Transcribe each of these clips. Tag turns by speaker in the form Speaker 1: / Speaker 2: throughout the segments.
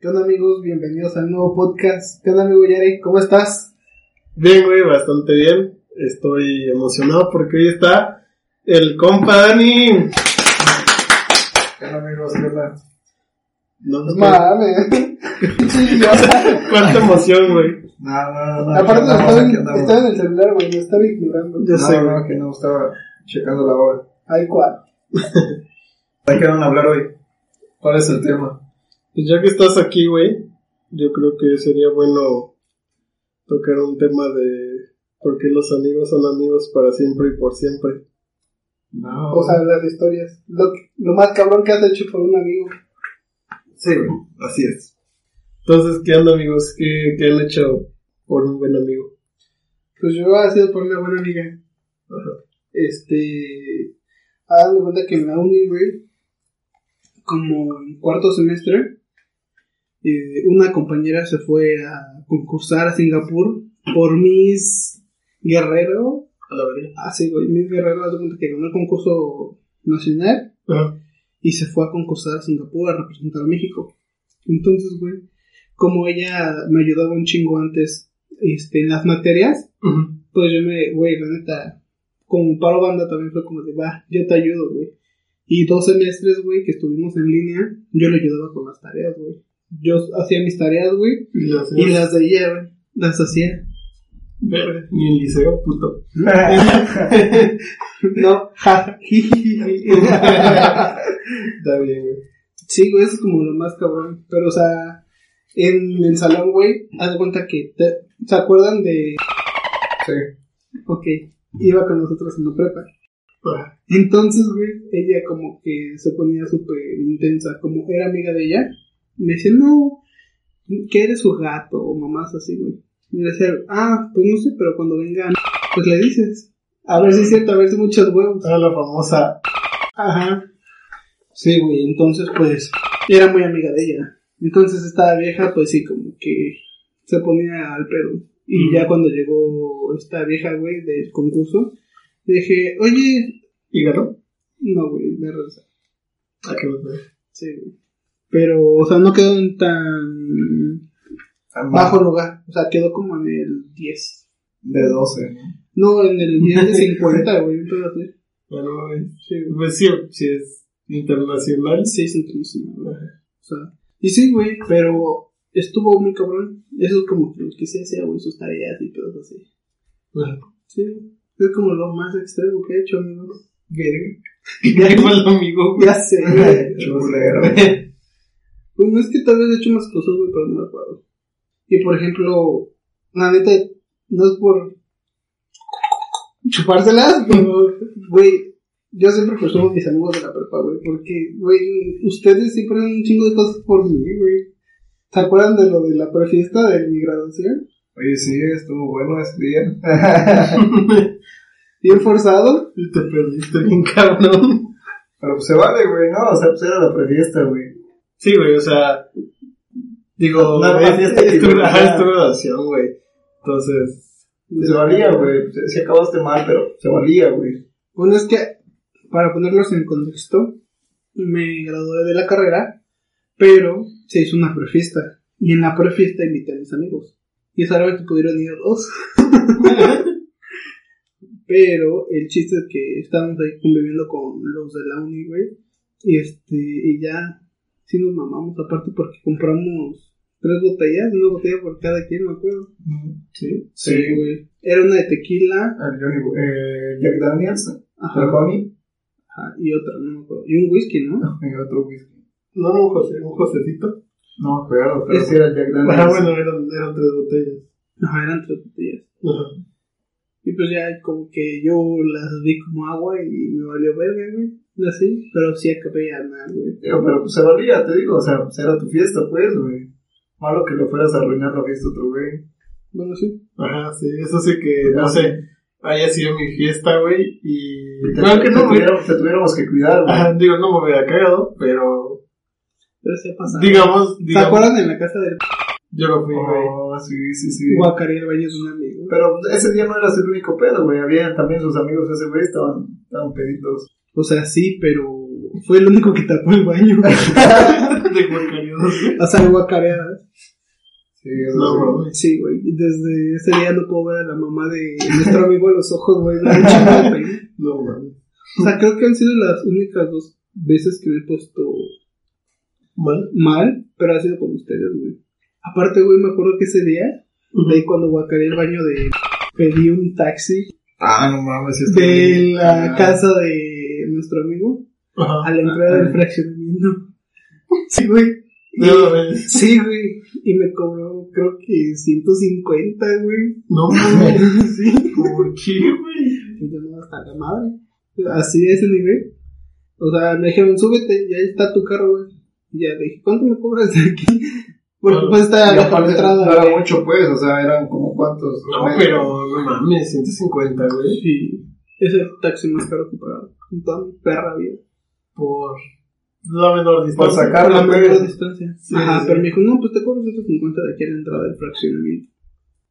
Speaker 1: ¿Qué onda amigos? Bienvenidos al nuevo podcast. ¿Qué onda amigo Yare? ¿Cómo estás?
Speaker 2: Bien, güey, bastante bien. Estoy emocionado porque hoy está el compa Dani.
Speaker 1: ¿Qué onda amigos? ¿Qué onda?
Speaker 2: No,
Speaker 1: No
Speaker 2: pues,
Speaker 1: mames. Sí, yo-
Speaker 2: cuánta emoción, güey.
Speaker 3: No, no, no.
Speaker 1: Aparte
Speaker 3: no,
Speaker 1: estaba,
Speaker 3: aquí
Speaker 1: en,
Speaker 3: andamos.
Speaker 1: estaba en el celular, güey, lo estaba ignorando.
Speaker 2: Ya
Speaker 3: no,
Speaker 2: sé,
Speaker 3: no,
Speaker 2: güey.
Speaker 3: que no, estaba checando la hora.
Speaker 1: Ay, cuál.
Speaker 3: ¿De qué van a hablar hoy? ¿Cuál es el tema?
Speaker 2: Pues ya que estás aquí, güey, yo creo que sería bueno tocar un tema de por qué los amigos son amigos para siempre y por siempre.
Speaker 3: No.
Speaker 1: O sea, las historias. Lo, que- lo más cabrón que has hecho por un amigo.
Speaker 3: sí, güey, así es.
Speaker 2: Entonces, ¿qué onda, amigos? ¿Qué, qué han hecho por un buen amigo?
Speaker 1: Pues yo ha sido por una buena amiga.
Speaker 2: Ajá.
Speaker 1: Este. Hagan de cuenta que en la uni, güey, como en cuarto semestre, eh, una compañera se fue a concursar a Singapur por Miss Guerrero.
Speaker 2: A la verga.
Speaker 1: Ah, sí, güey, Miss Guerrero, haz de cuenta que ganó el concurso nacional
Speaker 2: Ajá.
Speaker 1: y se fue a concursar a Singapur a representar a México. Entonces, güey, como ella me ayudaba un chingo antes este, en las materias,
Speaker 2: Ujú.
Speaker 1: pues yo me, güey, la neta, como paro banda también fue como de, va, yo te ayudo, güey. Y dos semestres, güey, que estuvimos en línea, yo le ayudaba con las tareas, güey. Yo hacía mis tareas, güey,
Speaker 2: Y la
Speaker 1: y
Speaker 2: señora-
Speaker 1: las de ella, güey, las hacía.
Speaker 2: Verga, Ni el liceo, puto.
Speaker 1: No, ja,
Speaker 2: Está bien, güey.
Speaker 1: Sí, güey, eso es como lo más cabrón. Pero, o sea, en el salón, güey, haz de cuenta que. te- ¿Se acuerdan de.?
Speaker 3: Sí.
Speaker 1: Ok, iba con nosotros en la prepa.
Speaker 2: Ajá.
Speaker 1: Entonces, güey, ella como que se ponía súper intensa. Como era amiga de ella, me decía, no, que eres su gato o mamás así, güey. Y le decía, ah, pues no sé, pero cuando venga, pues le dices. A ver si es cierto, a ver si muchos huevos.
Speaker 2: Ahora la famosa
Speaker 1: Ajá. Sí, güey, entonces pues era muy amiga de ella. Entonces esta vieja pues sí como que se ponía al pedo. Y ya cuando llegó esta vieja, güey, del concurso, le dije, oye,
Speaker 2: y ganó.
Speaker 1: no, güey, me rosa.
Speaker 2: Ah, qué bueno.
Speaker 1: Sí, güey. Pero, o sea, no quedó en tan
Speaker 2: Ah,
Speaker 1: bajo lugar. O sea, quedó como en el 10.
Speaker 3: De 12, ¿no?
Speaker 1: No, en el 10 de 50, güey, un pedo así.
Speaker 2: Bueno, güey.
Speaker 1: Sí, güey.
Speaker 2: Pues sí, si es internacional.
Speaker 1: Sí, es internacional. O sea, y sí, güey, pero estuvo muy cabrón. Eso es como que lo que se hacía, güey, sus tareas y todo así.
Speaker 2: Ajá.
Speaker 1: Sí, es como lo más extremo que he hecho, amigos.
Speaker 2: Verga. Ya igual amigo, güey.
Speaker 1: Ya sé, güey.
Speaker 3: Chulero.
Speaker 1: Pues no es que tal vez he hecho más cosas, güey, pero no me acuerdo. Y por ejemplo, la neta, no es por chupárselas, pero, güey, yo siempre presumo a mis amigos de la prepa, güey, porque, güey, ustedes siempre hacen un chingo de cosas por mí, güey. ¿Se acuerdan de lo de la prefiesta de mi graduación?
Speaker 3: Oye, sí, estuvo bueno ese día.
Speaker 1: Bien forzado.
Speaker 2: Te perdiste bien, cabrón.
Speaker 3: Pero pues se vale, güey, ¿no? O sea, pues era la prefiesta, güey.
Speaker 2: Sí, güey, o sea. Digo,
Speaker 3: Nada más
Speaker 2: es,
Speaker 3: fiesta que
Speaker 2: es tu,
Speaker 3: nada.
Speaker 2: ajá, es tu graduación, güey. Entonces.
Speaker 3: pues, Se valía, güey. Se, se acabaste mal, pero se valía, güey.
Speaker 1: Bueno, es que, para ponerlos en contexto, me gradué de la carrera, pero se hizo una prefiesta. Y en la prefiesta invité a mis amigos. Y solamente pudieron ir dos. pero el chiste es que estábamos ahí conviviendo con los de la uni, güey. Y este, y ya, sí nos mamamos, aparte porque compramos tres botellas, una botella por cada quien, me acuerdo.
Speaker 3: Sí.
Speaker 1: Sí, güey. Era una de tequila,
Speaker 3: El Johnny, eh, Jack Daniels, el
Speaker 1: ajá,
Speaker 3: Johnny,
Speaker 1: ajá, y otra, no me acuerdo. Y un whisky, ¿no?
Speaker 3: y otro whisky.
Speaker 2: No, un, José, un Josecito.
Speaker 3: No, pero, pero
Speaker 1: Es-
Speaker 3: sí era Jack Daniels.
Speaker 2: Ah, bueno, eran, eran tres botellas.
Speaker 1: Ajá, eran tres botellas.
Speaker 2: Ajá.
Speaker 1: Y pues ya como que yo las vi como agua y me valió verga, güey. Así, pero sí acabé ya nada, güey.
Speaker 3: Digo, pero pues se valía, te digo, o sea, pues, era tu fiesta, pues, güey. Malo que lo fueras a arruinar la fiesta a otro güey.
Speaker 1: Bueno, sí.
Speaker 2: Ajá, sí, eso sí que, no
Speaker 3: Ajá.
Speaker 2: sé, haya sido mi fiesta, güey, y...
Speaker 3: Y te-
Speaker 2: Bueno, que
Speaker 3: te
Speaker 2: no, güey.
Speaker 3: tuviéramos, te tuviéramos que cuidar, güey.
Speaker 2: Ajá, digo, no me hubiera cagado, pero...
Speaker 1: Pero sí ha pasado.
Speaker 2: Digamos,
Speaker 1: ¿Se
Speaker 2: digamos...
Speaker 1: acuerdan en la casa del
Speaker 2: Yo lo fui, güey.
Speaker 3: Oh, sí, sí, sí.
Speaker 1: Guacaré el baño de un amigo?
Speaker 3: Pero ese día no eras el único pedo, güey. Había también sus amigos ese güey, estaban, estaban pedidos.
Speaker 1: O sea, sí, pero fue el único que tapó el baño.
Speaker 2: De guacareados.
Speaker 1: o sea, guacareadas.
Speaker 3: Sí,
Speaker 2: No,
Speaker 3: güey.
Speaker 2: bro.
Speaker 1: Sí, güey. y Desde ese día no puedo ver a la mamá de nuestro amigo a los ojos, güey. la chingada, güey.
Speaker 2: No, güey.
Speaker 1: O sea, creo que han sido las únicas dos veces que me he puesto
Speaker 2: Mal.
Speaker 1: mal, pero ha sido con ustedes, güey. Aparte, güey, me acuerdo que ese día, de ahí cuando guacaré el baño de... Pedí un taxi
Speaker 3: Ah, no mames, este
Speaker 1: de
Speaker 3: güey.
Speaker 1: la
Speaker 3: Ah,
Speaker 1: casa de nuestro amigo a
Speaker 2: Ajá.
Speaker 1: la entrada del
Speaker 3: ah.
Speaker 1: fraccionamiento. Sí, güey. Y-
Speaker 2: No, güey.
Speaker 1: Sí, güey. Y me cobró, creo que 150, güey.
Speaker 2: No, güey.
Speaker 1: sí.
Speaker 2: ¿Por qué, güey?
Speaker 1: Y yo no, hasta la madre. Así a ese nivel. O sea, me dijeron, súbete, ya está tu carro, güey. Y ya le dije, ¿cuánto me cobras de aquí? Porque
Speaker 2: Ah,
Speaker 1: pues está
Speaker 3: Y
Speaker 1: la
Speaker 3: aparte,
Speaker 1: entrada.
Speaker 3: no era
Speaker 1: güey.
Speaker 3: mucho, pues, o sea, eran como cuántos.
Speaker 2: No, pero no mames,
Speaker 3: Este
Speaker 2: 150, güey.
Speaker 1: Sí. Es el taxi más caro que he pagado en toda mi perra vida.
Speaker 2: Por la menor
Speaker 3: Por
Speaker 2: distancia.
Speaker 3: sacar
Speaker 1: la
Speaker 3: la
Speaker 1: menor
Speaker 3: pues.
Speaker 1: distancia.
Speaker 2: Sí,
Speaker 1: Ajá,
Speaker 2: sí.
Speaker 1: pero me dijo, no, pues te cobro 150 de aquí a la entrada del fraccionamiento.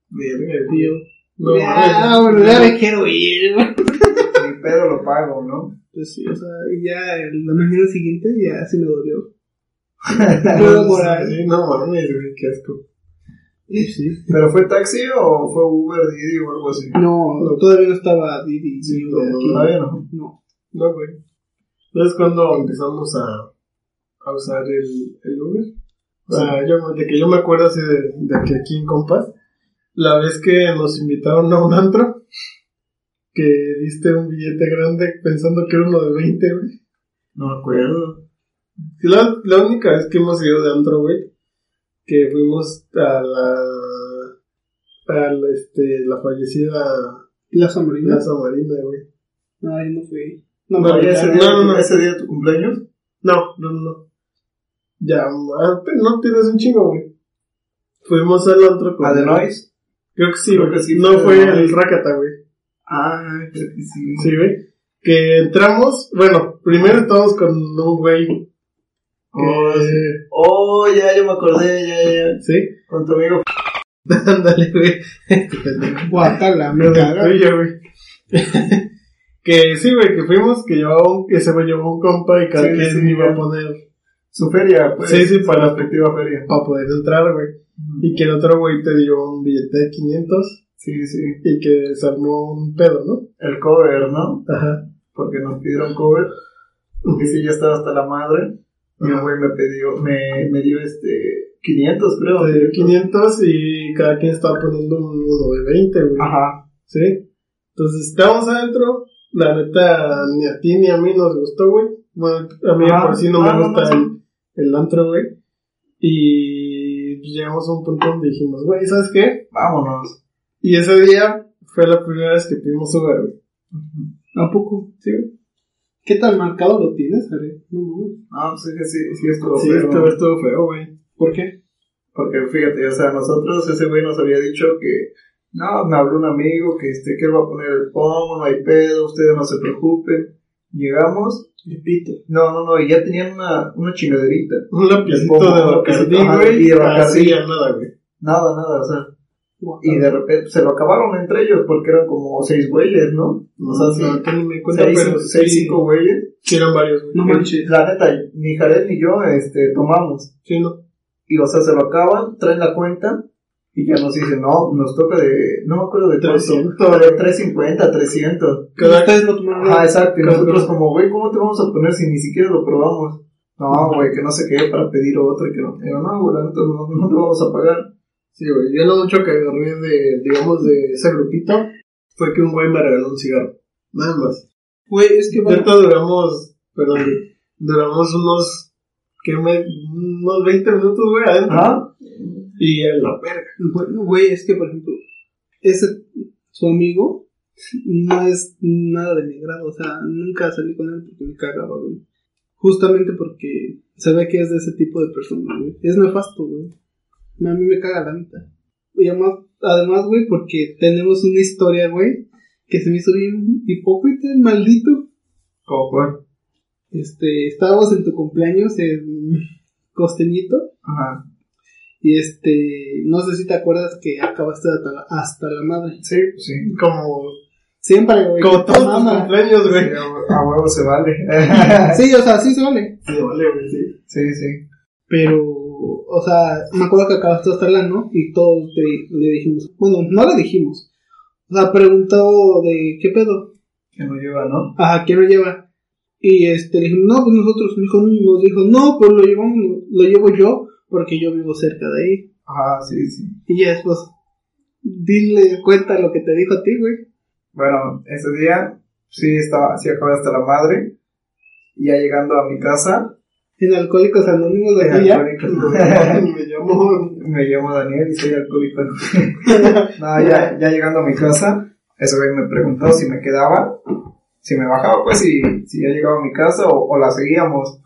Speaker 2: Verga,
Speaker 1: Y
Speaker 2: güey.
Speaker 1: yo,
Speaker 2: No,
Speaker 1: ah,
Speaker 2: mames.
Speaker 1: bueno, ya me quiero ir. güey.
Speaker 3: Mi pedo lo pago, ¿no?
Speaker 1: Pues sí, o sea, y ya en la mañana siguiente ya sí me dolió. Puedo morar.
Speaker 2: Sí, no mames, güey, qué asco.
Speaker 1: Sí, sí.
Speaker 3: ¿Pero fue taxi o fue Uber, Didi o algo así?
Speaker 1: No, todavía no estaba Didi. ni
Speaker 2: Sí,
Speaker 1: Uber
Speaker 2: no,
Speaker 1: aquí.
Speaker 3: Todavía no.
Speaker 1: No.
Speaker 2: No, güey. ¿Sabes cuándo empezamos a, a usar el, el Uber? O sea, yo, me- de que yo me acuerdo así de, de que aquí en Compas, la vez que nos invitaron a un antro, que diste un billete grande pensando que era uno de 20, güey.
Speaker 3: No me acuerdo.
Speaker 2: La, la única vez que hemos ido de antro, güey, que fuimos a la. a la, este, la fallecida
Speaker 1: La sombrilla.
Speaker 2: Plaza Marina, güey.
Speaker 1: No, yo no fui. No,
Speaker 2: No,
Speaker 1: me
Speaker 2: ya
Speaker 3: ¿Ese
Speaker 2: sé.
Speaker 1: avisaron.
Speaker 3: día,
Speaker 2: no, no.
Speaker 3: ¿Ese día de tu cumpleaños?
Speaker 2: No, no, no, no. Ya, ma- pero no tienes un chingo, güey. Fuimos al antro con.
Speaker 3: ¿A The Noise?
Speaker 2: Creo que sí,
Speaker 3: Creo
Speaker 2: güey.
Speaker 3: que sí,
Speaker 2: no
Speaker 3: fue
Speaker 2: fue
Speaker 3: The Noise.
Speaker 2: el Rakata, güey.
Speaker 3: Ah, creo que sí.
Speaker 2: Sí, güey. Que entramos, bueno, primero entramos con un güey. que-
Speaker 3: Oh, sí. Oh, ya, yo me acordé, ya, ya.
Speaker 2: sí.
Speaker 3: Con tu amigo.
Speaker 2: Ándale, güey. Este pendejo.
Speaker 1: Guacala, me
Speaker 2: Pero
Speaker 1: caga.
Speaker 2: del tuyo, güey. que sí, güey, que fuimos, que llevaba un, que se me llevó un compa y cada
Speaker 3: Sí,
Speaker 2: quien
Speaker 3: sí,
Speaker 2: iba
Speaker 3: ya.
Speaker 2: a poner
Speaker 3: Su feria, pues.
Speaker 2: Sí, sí, para-
Speaker 3: la respectiva feria.
Speaker 2: para poder entrar, güey. Y que el otro güey te dio un billete de 500
Speaker 3: Sí, sí.
Speaker 2: y que se armó un pedo, ¿no?
Speaker 3: El cover, ¿no?
Speaker 2: Ajá.
Speaker 3: Porque nos pidieron cover. Porque sí, ya estaba hasta la madre. Y un güey me pidió, me, me dio este, 500, creo.
Speaker 2: Te dio 500 y cada quien estaba poniendo un uno de 20, güey.
Speaker 3: Ajá.
Speaker 2: ¿Sí? Entonces estábamos adentro. La neta, ni a ti ni a mí nos gustó, güey. Bueno, a mí
Speaker 3: Ah,
Speaker 2: por sí no
Speaker 3: ah,
Speaker 2: me
Speaker 3: no,
Speaker 2: gusta
Speaker 3: no,
Speaker 2: El, el antro, güey. Y pues, llegamos a un punto donde dijimos, güey, ¿sabes qué?
Speaker 3: Vámonos.
Speaker 2: Y ese día fue la primera vez que pedimos Uber, güey.
Speaker 1: ¿A poco? Sí, güey. ¿Qué tan marcado lo tienes, Jared? No, no.
Speaker 3: Ah, pues es que sí, sí estuvo
Speaker 2: Sí,
Speaker 3: feo.
Speaker 2: estuvo, estuvo feo, güey.
Speaker 1: ¿Por qué?
Speaker 3: Porque fíjate, o sea, nosotros, ese güey nos había dicho que, no, me habló un amigo que este, que él va a poner el pomo, no hay pedo, ustedes no se preocupen. Llegamos,
Speaker 1: Repito.
Speaker 3: no, no, no, y ya tenían una, una chingaderita.
Speaker 2: Un lapicito
Speaker 3: Como
Speaker 2: de
Speaker 3: Bacardi,
Speaker 2: Bacardi,
Speaker 3: ajá,
Speaker 2: güey.
Speaker 3: y de
Speaker 2: así
Speaker 3: Bacardi.
Speaker 2: a nada, güey.
Speaker 3: Nada, nada, o sea,
Speaker 1: Guacala.
Speaker 3: y de repente se lo acabaron entre ellos porque eran como seis güeyes, ¿no? O sea, sí,
Speaker 2: no, que no me di cuenta,
Speaker 3: seis,
Speaker 2: pero
Speaker 3: seis,
Speaker 2: sí,
Speaker 3: cinco güeyes.
Speaker 2: sí eran varios, güey.
Speaker 1: No manches.
Speaker 3: La neta, ni Jared ni yo, este, tomamos.
Speaker 2: Sí, no.
Speaker 3: y o sea, se lo acaban, traen la cuenta y ya nos dicen, no, nos toca de, no me acuerdo de cuánto,
Speaker 2: 300.
Speaker 3: de 350, 300.
Speaker 2: Cada
Speaker 1: Ustedes no tomaron
Speaker 3: Ah,
Speaker 1: nada.
Speaker 3: exacto, y
Speaker 2: Claro.
Speaker 3: nosotros como, güey, ¿cómo te vamos a poner si ni siquiera lo probamos? No, güey, que no sé qué, para pedir otro, y que no, pero no, güey, la neta, no, no te vamos a pagar.
Speaker 2: Sí, güey. Yo lo mucho que agarré de, digamos, de ese grupito fue que un güey me regaló un cigarro. Nada más.
Speaker 1: Güey, es que bueno,
Speaker 2: Neta duramos, perdón, güey, duramos unos, que me, unos 20 minutos, güey, adentro.
Speaker 3: Ajá,
Speaker 2: Y en la verga.
Speaker 1: Bueno, güey, es que por ejemplo, ese, su amigo no es nada de mi agrado, o sea, nunca salí con él porque me cagaba, güey. Justamente porque sabía que es de ese tipo de persona, güey. Es nefasto, güey. A mí me caga la neta. Y además, además, güey, porque tenemos una historia, güey, que se me hizo bien hipócrita, el maldito.
Speaker 3: ¿Cómo cuál?
Speaker 1: Este, estábamos en tu cumpleaños en Costeñito.
Speaker 3: Ajá.
Speaker 1: Y este, no sé si te acuerdas que acabaste hasta la, hasta la madre.
Speaker 3: Sí, pues sí.
Speaker 2: Como,
Speaker 1: Siempre, güey.
Speaker 2: como
Speaker 1: te
Speaker 2: todos los
Speaker 1: mama.
Speaker 2: cumpleaños,
Speaker 3: Sí,
Speaker 2: güey.
Speaker 3: a, hue- a huevo se vale.
Speaker 1: Sí, o sea, sí se vale.
Speaker 2: Sí, vale, güey, sí.
Speaker 3: sí, sí.
Speaker 1: Pero, o sea, me acuerdo que acabaste hasta la, ¿no? Y todos te- le dijimos, bueno, no le dijimos. O sea, preguntó de qué pedo.
Speaker 3: Que no lleva, ¿no?
Speaker 1: Ajá, ¿quién lo lleva? Y este, le dijimos, no, pues nosotros, Me dijo, nos dijo, no, pues lo llevamos, lo llevo yo, porque yo vivo cerca de ahí.
Speaker 3: Ajá, sí, sí.
Speaker 1: Y ya después, dile cuenta lo que te dijo a ti, güey.
Speaker 3: Bueno, ese día sí estaba, sí acabé hasta la madre. Y ya llegando a mi casa,
Speaker 1: En Alcohólicos Anónimos de
Speaker 3: eh,
Speaker 1: aquí ya.
Speaker 3: alcohólico-
Speaker 2: Me llamó.
Speaker 3: me llamo Daniel y soy alcohólico. no, ya, ya llegando a mi casa, ese güey me preguntó si me quedaba, si me bajaba, pues si, si ya llegaba a mi casa o, o la seguíamos.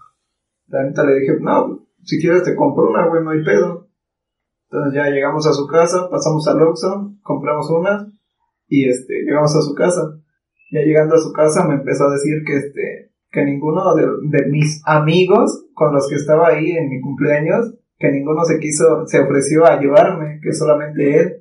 Speaker 3: La neta le dije, no, si quieres te compro una, güey, no hay pedo. Entonces ya llegamos a su casa, pasamos al Oxxo, compramos una y este, llegamos a su casa. Ya llegando a su casa me empezó a decir que este, que ninguno de, de mis amigos con los que estaba ahí en mi cumpleaños, que ninguno se quiso, se ofreció a llevarme, que solamente él.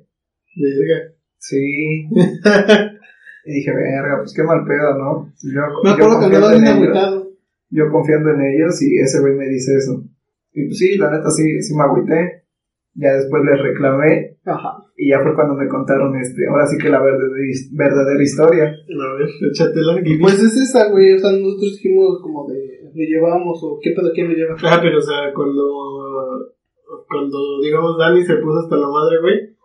Speaker 2: Verga.
Speaker 3: Sí. y dije, verga, pues qué mal pedo, ¿no? Yo,
Speaker 1: Me
Speaker 3: yo
Speaker 1: acuerdo que andaba
Speaker 3: confiando en
Speaker 1: bien
Speaker 3: ellos,
Speaker 1: agüitado.
Speaker 3: yo confiando en ellos y ese güey me dice eso. Y pues sí, la neta sí, sí me agüité. Ya después les reclamé
Speaker 1: Ajá.
Speaker 3: y ya fue cuando me contaron este, ahora sí que la verdadera, his- verdadera historia.
Speaker 2: A ver, échatela.
Speaker 1: Y pues es esa, güey. O sea, nosotros dijimos como de, le llevábamos o qué pedo, quién lo lleva.
Speaker 2: Ah, pero o sea, cuando, cuando digamos Dani se puso hasta la madre, güey.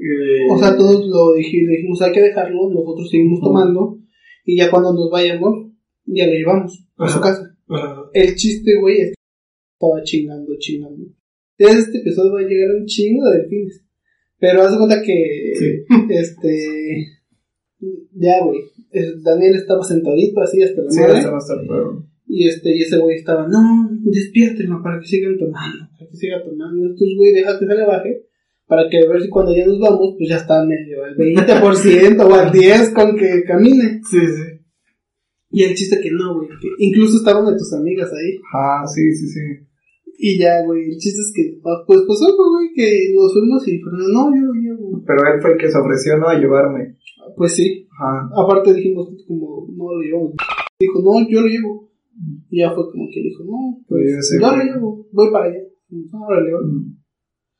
Speaker 2: eh,
Speaker 1: O sea, todos lo dijimos, dijimos, hay que dejarlo, nosotros seguimos tomando. Y ya cuando nos vayamos, ya lo llevamos a su
Speaker 2: Ajá.
Speaker 1: casa.
Speaker 2: ajá.
Speaker 1: El chiste, güey, es que estaba chingando, chingando. Entonces este episodio va a llegar un chingo de delfines. Pero haz de cuenta que,
Speaker 2: Sí.
Speaker 1: este, ya, güey. es- Daniel estaba sentadito así hasta la
Speaker 3: Sí,
Speaker 1: madre.
Speaker 3: hasta hasta el pueblo.
Speaker 1: Y este, y ese güey estaba, no, despiértelo para que sigan tomando, para que siga tomando. Entonces, güey, deja que se le baje, para que a ver si cuando ya nos vamos, pues ya está medio al 20% o al 10% con que camine.
Speaker 2: Sí, sí.
Speaker 1: Y el chiste que no, güey, que incluso estaban de tus amigas ahí.
Speaker 3: Ah, sí, sí, sí.
Speaker 1: Y ya, güey, el chiste es que, ah, pues pasó algo, güey, que nos fuimos y fueron, no, yo lo llevo.
Speaker 3: Pero él fue el que se ofreció, ¿no? A llevarme.
Speaker 1: Pues sí,
Speaker 3: Ajá.
Speaker 1: aparte dijimos, como, no lo llevamos. Dijo, no, yo lo llevo. Y ya fue como que dijo, no,
Speaker 3: Sí,
Speaker 1: pues
Speaker 3: ese
Speaker 1: yo lo
Speaker 3: güey.
Speaker 1: llevo, voy para allá. No, órale, va.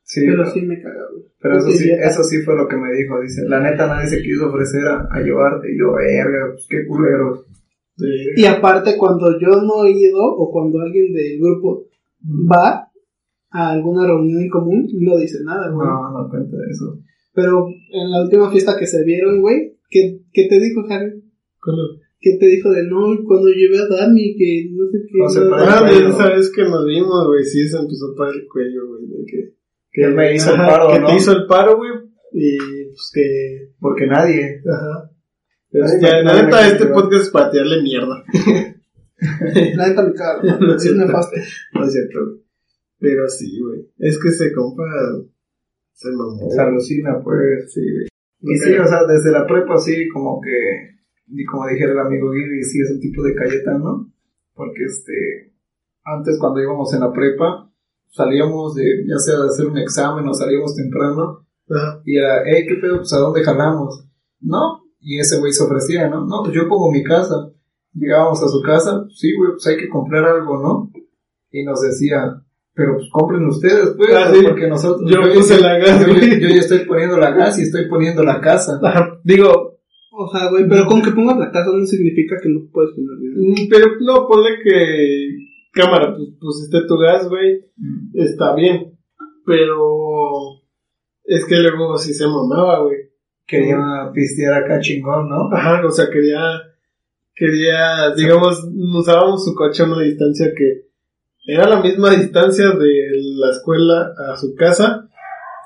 Speaker 3: Sí,
Speaker 1: Pero
Speaker 3: pero,
Speaker 1: sí me caga, güey.
Speaker 3: pero eso,
Speaker 1: Porque
Speaker 3: sí,
Speaker 1: ya-
Speaker 3: eso sí fue lo que me dijo. Dice, la neta nadie se quiso ofrecer a, a llevarte. Y yo, verga, pues qué culero.
Speaker 1: Y aparte, cuando yo no he ido o cuando alguien del grupo va a alguna reunión en común, no dice nada, güey.
Speaker 3: No, no cuenta eso.
Speaker 1: Pero en la última fiesta que se vieron, güey, ¿qué, qué te dijo, Jared?
Speaker 2: Cuando-
Speaker 1: ¿Qué te dijo de no? Cuando llevé a Dani, que no sé qué.
Speaker 3: No sé,
Speaker 1: no,
Speaker 3: pero-
Speaker 2: Ah, de
Speaker 3: cuello.
Speaker 2: esa vez que nos vimos, güey, sí, se empezó a parar el cuello, güey. de que,
Speaker 3: Que él me hizo el paro,
Speaker 2: Que
Speaker 3: ¿no?
Speaker 2: te hizo el paro, güey. Y pues que.
Speaker 3: Porque nadie.
Speaker 2: Ajá.
Speaker 3: Ay,
Speaker 2: Pues, ya,
Speaker 3: no,
Speaker 2: la
Speaker 3: no,
Speaker 2: neta,
Speaker 3: no,
Speaker 2: este
Speaker 3: no.
Speaker 2: podcast es patearle mierda.
Speaker 1: La neta me caga, la madre,
Speaker 2: No
Speaker 1: sí es
Speaker 2: siento.
Speaker 1: nefasto.
Speaker 2: No es cierto, güey. Pero sí, güey. Es que se compra. Se mamó.
Speaker 3: Se alucina, pues.
Speaker 2: Sí, güey.
Speaker 3: Y sí, o sea, desde la prepa, sí, como que, y como dijera el amigo Gibby, sí es un tipo de Cayetano, porque este, antes cuando íbamos en la prepa, salíamos de, ya sea de hacer un examen o salíamos temprano,
Speaker 2: Ajá.
Speaker 3: y era, hey, ¿qué pedo? Pues, ¿a dónde jalamos? No, y ese güey se ofrecía, ¿no? No, pues yo pongo mi casa. Llegábamos a su casa, sí, güey, pues hay que comprar algo, ¿no? Y nos decía, pero pues compren ustedes, pues,
Speaker 2: Ah, sí.
Speaker 3: porque nosotros...
Speaker 2: Yo puse la gas,
Speaker 3: yo-
Speaker 2: güey.
Speaker 3: yo ya estoy poniendo la gas y estoy poniendo la casa.
Speaker 2: Ajá. Digo,
Speaker 1: O sea, güey, pero con que pongas la casa no significa que no puedes poner dinero.
Speaker 2: Mm, Pero no, ponle que cámara, pues pusiste tu gas, güey,
Speaker 4: Mm.
Speaker 2: está bien. Pero es que luego sí se mamaba, güey.
Speaker 3: Quería pistear acá chingón, ¿no?
Speaker 2: Ajá, o sea, quería, quería, digamos, usábamos su coche a una distancia que era la misma distancia de la escuela a su casa,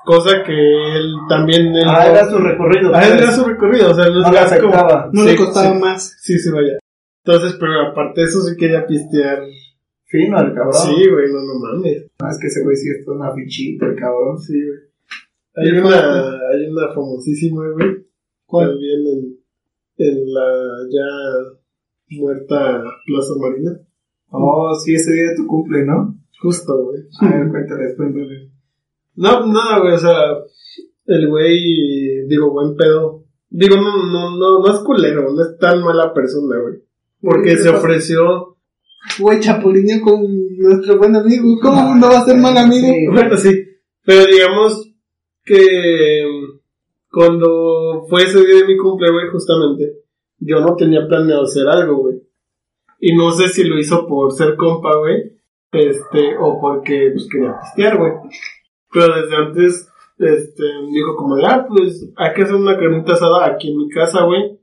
Speaker 2: Cosa que él también. Él
Speaker 4: Ah,
Speaker 2: no-
Speaker 4: era su recorrido.
Speaker 2: Ah, él
Speaker 4: pues.
Speaker 2: era su recorrido, o sea,
Speaker 4: No
Speaker 2: no era
Speaker 4: lo aceptaba.
Speaker 2: como-
Speaker 1: No
Speaker 2: Sí,
Speaker 1: le costaba
Speaker 2: sí,
Speaker 1: más.
Speaker 2: Sí, sí, vaya. Entonces, pero aparte de eso, sí quería pistear.
Speaker 4: Fino el cabrón.
Speaker 2: Sí, güey, no, no mames.
Speaker 3: No, Ah, es que ese güey sí es todo una bichita, el cabrón.
Speaker 2: Sí, güey. Hay una, hay una famosísima, güey. También en, en la ya muerta Plaza Marina.
Speaker 3: Oh, sí, ese día de tu cumple, ¿no?
Speaker 2: Justo, güey.
Speaker 3: A ver, cuéntales, cuéntales.
Speaker 2: No, nada, güey, o sea, el güey, digo, buen pedo. Digo, no, no, no, no es culero, no es tan mala persona, güey. Porque se ofreció,
Speaker 1: Güey, chapulineó con nuestro buen amigo. ¿Cómo no va a ser mal amigo?
Speaker 3: Sí.
Speaker 2: bueno, sí, pero digamos que mm, cuando fue ese día de mi cumple, güey, justamente, yo no tenía planeado hacer algo, güey. Y no sé si lo hizo por ser compa, güey, este, o porque pues, quería pistear, güey. Pero desde antes, este, dijo como de, ah, pues, hay que hacer una carnita asada aquí en mi casa, güey,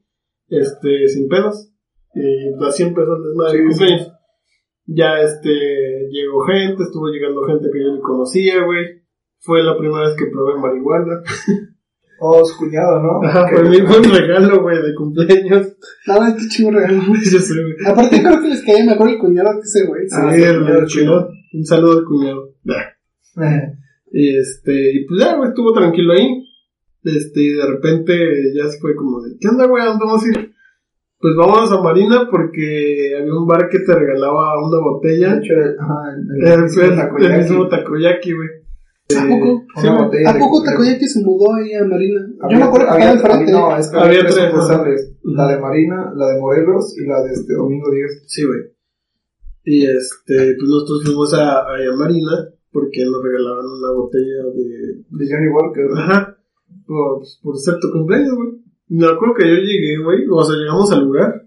Speaker 2: este, sin pedos. Y pues, así empezó el desmadre de cumpleaños. Ya, este, llegó gente, estuvo llegando gente que yo ni conocía, güey. Fue la primera vez que probé marihuana.
Speaker 3: Oh, su cuñado, ¿no?
Speaker 2: Ajá, pues. fue mi buen regalo, güey, de cumpleaños.
Speaker 1: Nada, es que chingo regalo.
Speaker 2: Yo sé, güey.
Speaker 1: Aparte, creo que les caía mejor el cuñado que ese güey.
Speaker 2: Sí,
Speaker 3: Ah,
Speaker 2: el-
Speaker 3: el cuñado
Speaker 2: el
Speaker 3: chido.
Speaker 2: cuñado. Un saludo al cuñado. Y este, y pues ya, güey, estuvo tranquilo ahí. Este, y de repente ya se fue como de, ¿qué onda, güey? ¿A dónde vamos a ir? Pues vámonos a Marina porque había un bar que te regalaba una
Speaker 3: De
Speaker 2: botella.
Speaker 3: hecho, el, ajá, el,
Speaker 2: El,
Speaker 3: mismo
Speaker 2: el-
Speaker 3: takoyaki.
Speaker 2: el mismo takoyaki, güey.
Speaker 1: ¿A poco?
Speaker 3: Una botella
Speaker 1: ¿A
Speaker 3: de-
Speaker 1: poco
Speaker 3: de-
Speaker 1: Takoyaki se mudó ahí a Marina? Yo
Speaker 3: Había-
Speaker 1: me acuerdo que
Speaker 3: había-
Speaker 1: estaba enfrente.
Speaker 3: No, es que había,
Speaker 2: Había
Speaker 3: tres
Speaker 2: tres, ajá.
Speaker 3: sucursales. La de Marina, la de Morelos y la de este Domingo 10.
Speaker 2: Sí, güey. Y este, pues nosotros fuimos a, a a Marina porque nos regalaban una botella de.
Speaker 3: De Johnny Walker.
Speaker 2: Ajá. Por, pues, por ser tu cumpleaños, güey. Me acuerdo que yo llegué, güey. O sea, llegamos al lugar.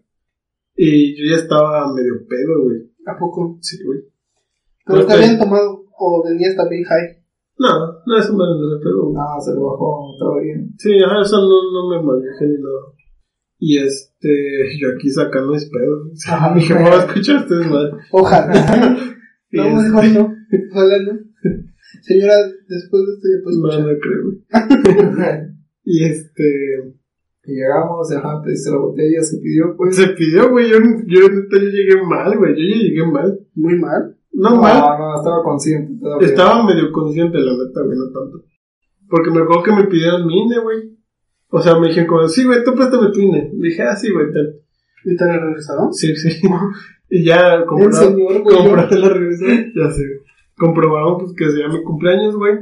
Speaker 2: Y yo ya estaba medio pedo, güey.
Speaker 1: ¿A poco?
Speaker 2: Sí, güey.
Speaker 1: Pero
Speaker 2: No
Speaker 1: te
Speaker 2: estoy-
Speaker 1: habían tomado o venías también high.
Speaker 2: No, no, eso no me pegó, güey.
Speaker 3: No, se lo bajó, estaba bien.
Speaker 2: Sí, ajá, eso no, no me manejé ni nada. Y este, yo aquí sacando mis pedos. O
Speaker 3: Ah,
Speaker 2: sea,
Speaker 1: Ajá.
Speaker 2: mi jefa va a escuchar ustedes mal.
Speaker 1: Ojalá.
Speaker 2: Y este,
Speaker 1: no,
Speaker 2: es-
Speaker 1: mejor no. Ojalá no. Señora, después de esto ya puedo
Speaker 2: no,
Speaker 1: escuchar.
Speaker 2: no creo, güey. Y este,
Speaker 3: y llegamos, ajá, pediste la botella, se pidió, pues.
Speaker 2: Se pidió, güey. Yo, yo, neta, yo llegué mal, güey. Yo ya llegué mal.
Speaker 1: Muy mal.
Speaker 2: No,
Speaker 3: no,
Speaker 2: mal.
Speaker 3: no, estaba consciente. Estaba bien.
Speaker 2: Estaba medio consciente, la neta, güey, no tanto. Porque me acuerdo que me pidieron mi INE, güey. O sea, me dijeron como, sí, güey, tú préstame tu INE. Le dije, ah, sí, güey, tal.
Speaker 1: ¿Y te la regresaron?
Speaker 2: Sí, sí. y ya
Speaker 1: El
Speaker 2: comprobaron.
Speaker 1: señor, güey,
Speaker 2: compra-
Speaker 1: yo te la regresó.
Speaker 2: Ya sé. Comprobaron pues, que sería mi cumpleaños, güey.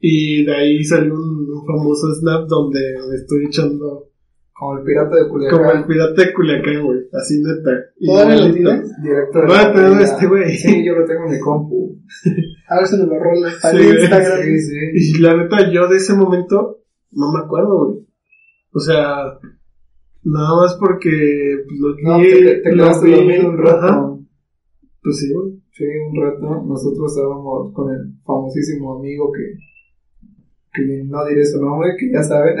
Speaker 2: Y de ahí salió un, un famoso snap donde me estoy echando
Speaker 3: Como el pirata de Culiacán.
Speaker 2: como el pirata de Culiacán, güey. Así neta. Y
Speaker 1: ¿Todavía lo
Speaker 2: igualito.
Speaker 1: tienes?
Speaker 3: Directo de
Speaker 2: Voy a
Speaker 3: la
Speaker 2: tener
Speaker 3: botella.
Speaker 2: este güey.
Speaker 3: Sí, yo lo tengo en mi compu.
Speaker 1: A ver si nos lo rola para
Speaker 2: Sí,
Speaker 1: Instagram.
Speaker 3: Sí, sí.
Speaker 2: Y la neta, yo de ese momento no me acuerdo, güey. O sea, nada más porque pues, los
Speaker 3: No,
Speaker 2: vi,
Speaker 3: te, te
Speaker 2: los
Speaker 3: quedaste
Speaker 2: vi,
Speaker 3: dormido un rato.
Speaker 2: ajá, pues sí, güey.
Speaker 3: Sí, un rato. Nosotros estábamos con el famosísimo amigo que, que no diré su nombre, que ya saben.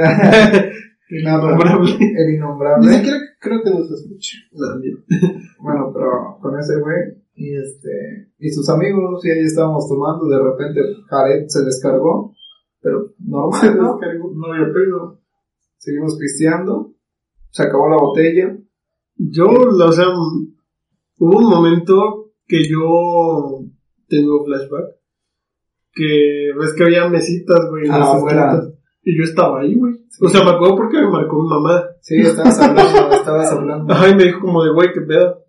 Speaker 3: Y nada,
Speaker 2: Innombrable.
Speaker 3: El
Speaker 1: Ni
Speaker 3: innombrable.
Speaker 1: siquiera creo que nos lo escuche.
Speaker 3: Bueno, pero con ese güey y este y sus amigos y ahí estábamos tomando. De repente Jared se descargó, pero normal,
Speaker 2: Se
Speaker 3: ¿no? No había pedo. Seguimos pisteando. Se acabó la botella.
Speaker 2: Yo, la- o sea, m- hubo un momento que yo tengo flashback. Que ves que había mesitas, güey. en
Speaker 3: Ah,
Speaker 2: las
Speaker 3: afuera.
Speaker 2: esquinas, Y yo estaba ahí, güey. O sea, me acuerdo porque me marcó mi mamá.
Speaker 3: Sí, estabas hablando, estabas hablando.
Speaker 2: Ajá, y me dijo como de, güey, qué pedo.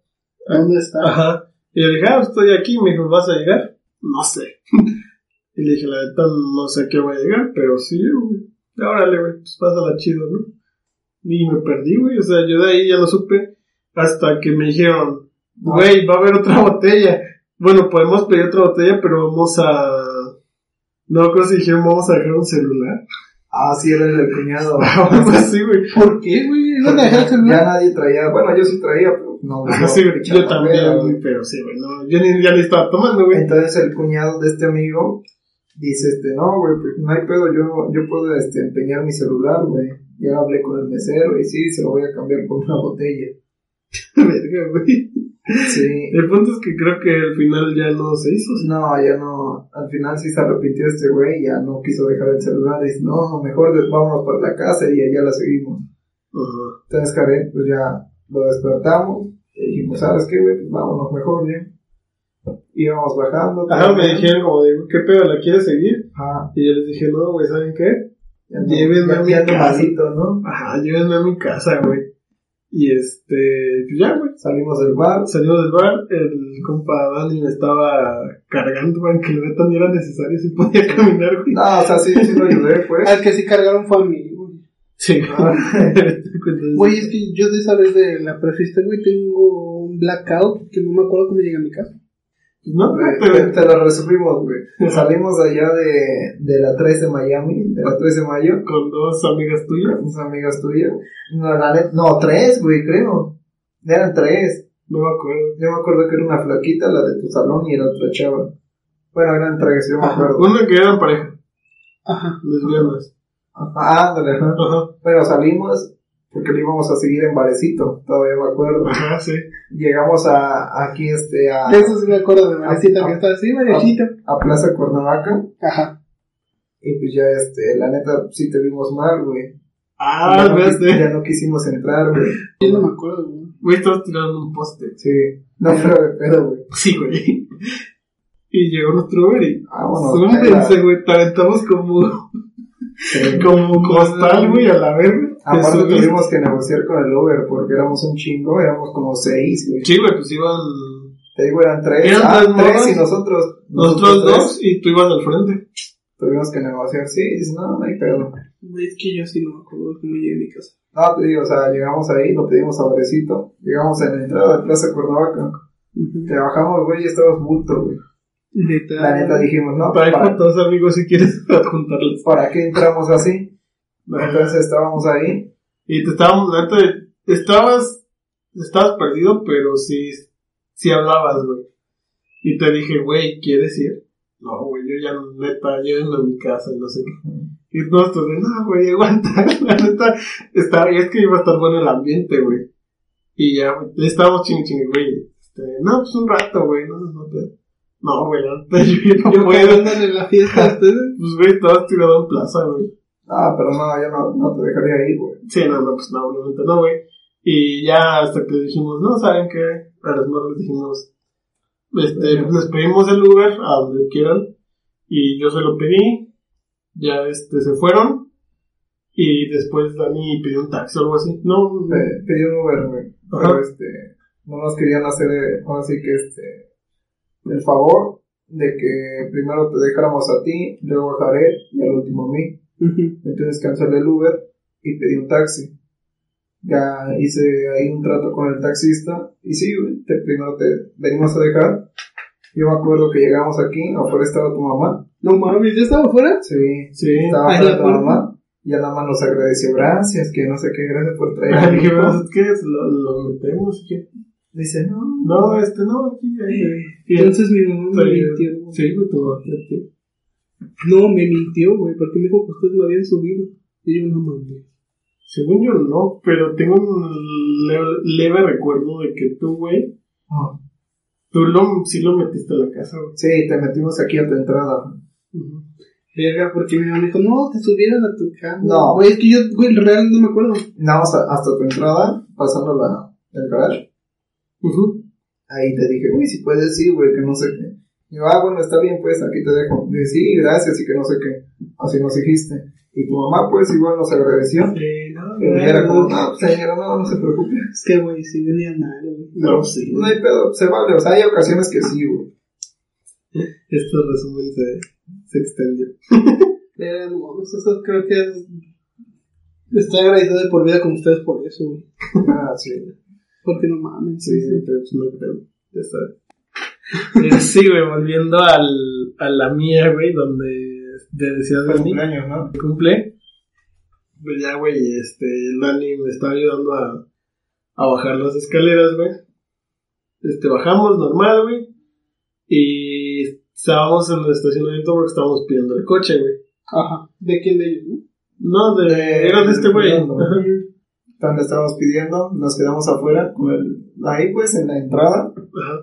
Speaker 1: ¿Dónde está?
Speaker 2: Ajá. Y le dije, ah, estoy aquí, me dijo, ¿vas a llegar? No sé. y le dije, la neta, no sé a qué voy a llegar, pero sí, güey. Órale, güey, pues pásala chido, ¿no? Y me perdí, güey. O sea, yo de ahí ya no supe hasta que me dijeron, güey, va a haber otra botella. Bueno, podemos pedir otra botella, pero vamos a... No creo si dijeron, vamos a dejar un celular.
Speaker 3: Ah, sí, era el del cuñado.
Speaker 2: Algo así, güey.
Speaker 1: ¿Por qué, güey? ¿Dónde dejaste el celular? Ah,
Speaker 3: Ya nadie traía. Bueno, yo sí traía, pero Pues, no.
Speaker 2: Ajá, sí, güey. Yo también, güey, pero sí, güey. No, yo ni, ya ni estaba tomando, güey.
Speaker 3: Entonces el cuñado de este amigo dice, este, no, güey, pues, no hay pedo, yo, yo puedo este, empeñar mi celular, güey. Ya hablé con el mesero y sí, se lo voy a cambiar por una botella.
Speaker 2: Verga, güey.
Speaker 3: Sí.
Speaker 2: El punto es que creo que al final ya no se hizo. ¿sí?
Speaker 3: No, ya no. Al final sí se arrepintió este güey, ya no quiso dejar el celular. Dice, no, mejor des- vámonos para la casa y allá la seguimos.
Speaker 2: Ajá.
Speaker 3: Entonces, Karen, pues ya lo despertamos. Y dijimos, ¿sabes qué, güey? Pues vámonos mejor, bien. Íbamos bajando.
Speaker 2: Ajá, me dijeron como digo, ¿qué pedo? ¿La quieres seguir?
Speaker 3: Ajá.
Speaker 2: Y yo les dije, no, güey, ¿saben qué?
Speaker 3: Ya no,
Speaker 2: Llévenme a mi
Speaker 3: ya, ya
Speaker 2: casa.
Speaker 3: tomadito, ¿no?
Speaker 2: Ajá, llévenme a mi casa, güey. Y este, pues ya, güey.
Speaker 3: Salimos del bar.
Speaker 2: Salimos del bar, el compa Dani me estaba cargando, güey, que el Beto ni era necesario si podía caminar, güey.
Speaker 3: No, o sea, sí, sí lo ayudé, pues.
Speaker 1: Al Ah, que sí cargaron fue a mí, güey.
Speaker 2: Sí, güey. Entonces,
Speaker 1: Güey, es que yo de esa vez de la prefiesta, güey, tengo un blackout que no me acuerdo cómo llegué a mi casa.
Speaker 2: No,
Speaker 3: Güey,
Speaker 2: pero
Speaker 3: Te, te lo resumimos, güey. Salimos de allá de, de la 3 de Miami, de la 3 de mayo,
Speaker 2: con dos amigas tuyas.
Speaker 3: con unas amigas tuyas. No, la net- no, 3, güey, creo. Eran 3.
Speaker 2: No me acuerdo.
Speaker 3: Yo me acuerdo que era una flaquita, la de tu salón, y era otra chava. Bueno, eran 3, yo me acuerdo.
Speaker 2: Una que eran pareja,
Speaker 1: Ajá.
Speaker 2: lesbianas.
Speaker 3: Ajá, ándale, ajá.
Speaker 2: Ajá,
Speaker 3: Bueno, salimos porque lo íbamos a seguir en Varecito, todavía me acuerdo.
Speaker 2: ajá, sí.
Speaker 3: Llegamos a aquí, este, a,
Speaker 1: De Ah. eso sí me acuerdo de Marecita que estaba así, Marecita.
Speaker 3: a Plaza Cuernavaca.
Speaker 1: ah. Ajá.
Speaker 3: Y pues ya, este, la neta, sí te vimos mal, güey.
Speaker 2: Ah,
Speaker 3: ya, no,
Speaker 2: ves,
Speaker 3: quis-
Speaker 2: eh.
Speaker 3: ya no quisimos entrar, güey.
Speaker 1: Yo no me acuerdo, güey.
Speaker 2: Güey, estabas tirando un poste.
Speaker 3: Sí, no, pero de pedo, güey.
Speaker 2: Sí, güey. Y llegó nuestro Uber y...
Speaker 3: Vámonos.
Speaker 2: Súmense, güey, te aventamos como,
Speaker 3: Sí.
Speaker 2: como costal, güey, a la vez.
Speaker 3: Aparte
Speaker 2: Eso,
Speaker 3: Ah, tuvimos que negociar con el Uber porque éramos un chingo, éramos como seis, güey.
Speaker 2: Sí, güey, pues iban
Speaker 3: Te digo, eran tres.
Speaker 2: Eran
Speaker 3: ah,
Speaker 2: tres morras.
Speaker 3: tres y nosotros.
Speaker 2: nosotros
Speaker 3: tres.
Speaker 2: dos y tú ibas al frente.
Speaker 3: Tuvimos que negociar, sí, dices, no, no hay pedo.
Speaker 1: Güey, es que yo sí no me acuerdo de cómo llegué a mi casa.
Speaker 3: No, te digo, o sea, llegamos ahí, lo pedimos a Varecito. Llegamos a la entrada de Plaza Cuernavaca. Te bajamos, güey, y estabas bulto, güey.
Speaker 1: Neta.
Speaker 3: La neta dijimos, no, pues,
Speaker 2: Trae
Speaker 3: ¿para,
Speaker 2: con dos amigos si quieres adjuntarlos.
Speaker 3: ¿para qué entramos así? Entonces estábamos ahí.
Speaker 2: Y te estábamos, la neta, estabas, estabas perdido, pero sí, sí hablabas, güey. Y te dije, güey, ¿quieres ir? No, güey, yo ya, neta, llévenme a mi casa, no sé qué. Y nosotros, de, no, güey, aguanta, la neta, está, y es que iba a estar bueno el ambiente, güey. Y ya, güey, estábamos ching ching, güey. Este, no, pues un rato, güey, no, no, te- no, güey, la neta, yo ya no
Speaker 1: Yo
Speaker 2: puedo.
Speaker 1: en la fiesta a ustedes.
Speaker 2: Pues, güey, estabas tirado en plaza, güey.
Speaker 3: Ah, pero no, yo no, no te dejaría ir, güey.
Speaker 2: Sí, no, no, pues no, obviamente no, güey. Y ya hasta que dijimos, no, ¿saben qué? A los morros les dijimos, este, pues les pedimos el Uber a donde quieran. Y yo se lo pedí, ya este, se fueron. Y después Dani pidió un taxi o algo así. No, no,
Speaker 3: Pe- Pedí un Uber, güey.
Speaker 2: Ajá.
Speaker 3: Pero este, no nos querían hacer, eh, ahora sí que este, el favor de que primero te dejáramos a ti, luego a Jared y al último a mí. Entonces cancelé el Uber y pedí un taxi. Ya hice ahí un trato con el taxista y sí, güey, te- primero te venimos a dejar. Yo me acuerdo que llegamos aquí, afuera estaba tu mamá.
Speaker 1: No mames, ¿ya estaba afuera?
Speaker 3: Sí,
Speaker 2: sí.
Speaker 3: estaba
Speaker 1: Ahí
Speaker 3: afuera
Speaker 1: la
Speaker 3: tu
Speaker 1: puerta.
Speaker 3: mamá. Y ya nada más nos agradeció, gracias, que no sé qué, gracias por traer a
Speaker 2: Ajá,
Speaker 3: mi
Speaker 2: Dije,
Speaker 3: hijo".
Speaker 2: "Pues, ¿qué es? ¿Lo, lo metemos? ¿Qué?
Speaker 3: Dice, no,
Speaker 2: No, este, no, aquí, ahí, ahí. Y
Speaker 1: Entonces mi mamá me
Speaker 2: entonces,
Speaker 1: mintió. güey.
Speaker 2: Sí, me tomó. tío.
Speaker 1: No, me mintió, güey, porque me dijo que ustedes lo habían subido. Y yo no mames.
Speaker 2: Según yo no, pero tengo un le- leve recuerdo de que tú, güey,
Speaker 3: Ah.
Speaker 2: tú lo, sí lo metiste a la casa, güey.
Speaker 3: Sí, te metimos aquí a tu entrada.
Speaker 1: Verga, porque mi mamá me dijo, no, te subieron a tu cama.
Speaker 3: No.
Speaker 1: Güey, es que yo, güey, real no me acuerdo.
Speaker 3: Nada más a- hasta tu entrada, pasando la, el garage.
Speaker 2: Ujú.
Speaker 3: Ahí te dije, güey, si puedes, sí, güey, que no sé qué. Y yo, ah, bueno, está bien, pues, aquí te dejo. Dije, sí, gracias, y que no sé qué. Así nos dijiste. Y tu mamá, pues, igual nos agradeció.
Speaker 2: Sí, no,
Speaker 3: Y era como, no, pues, señora, no, no se preocupe.
Speaker 1: Es que, güey, si venía mal, güey.
Speaker 2: No, sí.
Speaker 3: No hay pedo, se vale. O sea, hay ocasiones que sí, güey.
Speaker 2: Este resumen se, se extendió.
Speaker 1: Verga, no mames, eso creo que es... Estoy agradecido de por vida con ustedes por eso, güey.
Speaker 3: Ah, sí.
Speaker 1: Porque no mames.
Speaker 2: Sí, sí, pero pues no creo. Ya sabes. Eh, sí, güey, volviendo al, a la mía, güey, donde te decía
Speaker 3: Fue el
Speaker 2: Dani,
Speaker 3: cumpleaños, ¿no?
Speaker 2: que cumple. Pues ya, güey, este, Dani me está ayudando a, a bajar las escaleras, güey. Este, bajamos normal, güey. Y estábamos en el estacionamiento porque estábamos pidiendo el coche, güey.
Speaker 1: Ajá. ¿De quién de ellos, no?
Speaker 2: No, de,
Speaker 3: De-
Speaker 2: era de este güey.
Speaker 3: Fernando.
Speaker 2: Ajá.
Speaker 3: donde estábamos pidiendo, nos quedamos afuera, con el, ahí pues en la entrada,
Speaker 2: Ajá.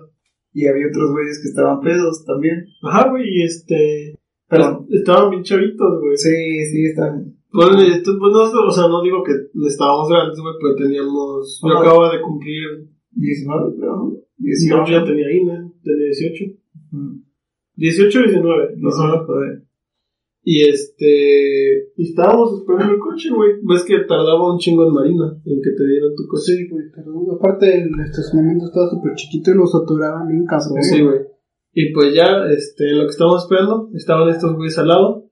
Speaker 3: y había otros güeyes que estaban pedos también.
Speaker 2: Ajá, güey, y este.
Speaker 3: Pero
Speaker 2: Estaban bien chavitos, güey.
Speaker 3: sí, sí, están.
Speaker 2: Bueno, y esto- pues, no, o sea, no digo que estábamos grandes, güey, pero teníamos. Yo
Speaker 3: Ajá.
Speaker 2: acababa de cumplir.
Speaker 3: 19, creo, ¿no?
Speaker 2: Yo
Speaker 3: 18.
Speaker 2: ya tenía INE, tenía 18.
Speaker 3: Mm,
Speaker 2: 18, 19.
Speaker 3: No
Speaker 2: Ajá.
Speaker 3: solo joder.
Speaker 2: Y este. Y estábamos esperando el coche, güey. Ves que tardaba un chingo en Marina en que te dieran tu coche.
Speaker 1: Sí, güey, pero aparte el estacionamiento estaba súper chiquito y lo saturaban bien cabrón.
Speaker 2: Sí, güey. Y pues ya, este, lo que estábamos esperando, estaban estos güeyes al lado.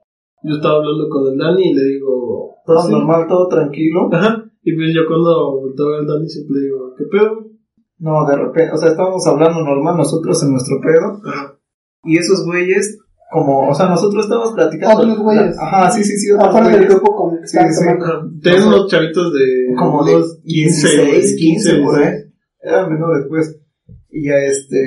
Speaker 2: Yo estaba hablando con el Dani y le digo. "Ah,
Speaker 3: Todo
Speaker 2: "Sí".
Speaker 3: normal, todo tranquilo.
Speaker 2: Ajá. Y pues yo cuando volteaba al Dani siempre le digo, ¿qué pedo, güey?
Speaker 3: No, de repente, o sea, estábamos hablando normal nosotros en nuestro pedo.
Speaker 2: Ajá.
Speaker 3: Y esos güeyes, como, o sea, nosotros estábamos platicando.
Speaker 1: Otros güeyes.
Speaker 3: Ajá, sí, sí, sí, otros
Speaker 1: Afuera del
Speaker 3: güeyes.
Speaker 1: grupo como que
Speaker 3: Sí,
Speaker 1: estaban
Speaker 3: sí.
Speaker 1: tomando.
Speaker 2: Ajá. Tenía
Speaker 3: Ajá.
Speaker 2: unos chavitos de.
Speaker 3: como de
Speaker 2: unos
Speaker 3: 16, 15, por
Speaker 2: güey.
Speaker 3: ahí. Eran menores, pues. Y ya este.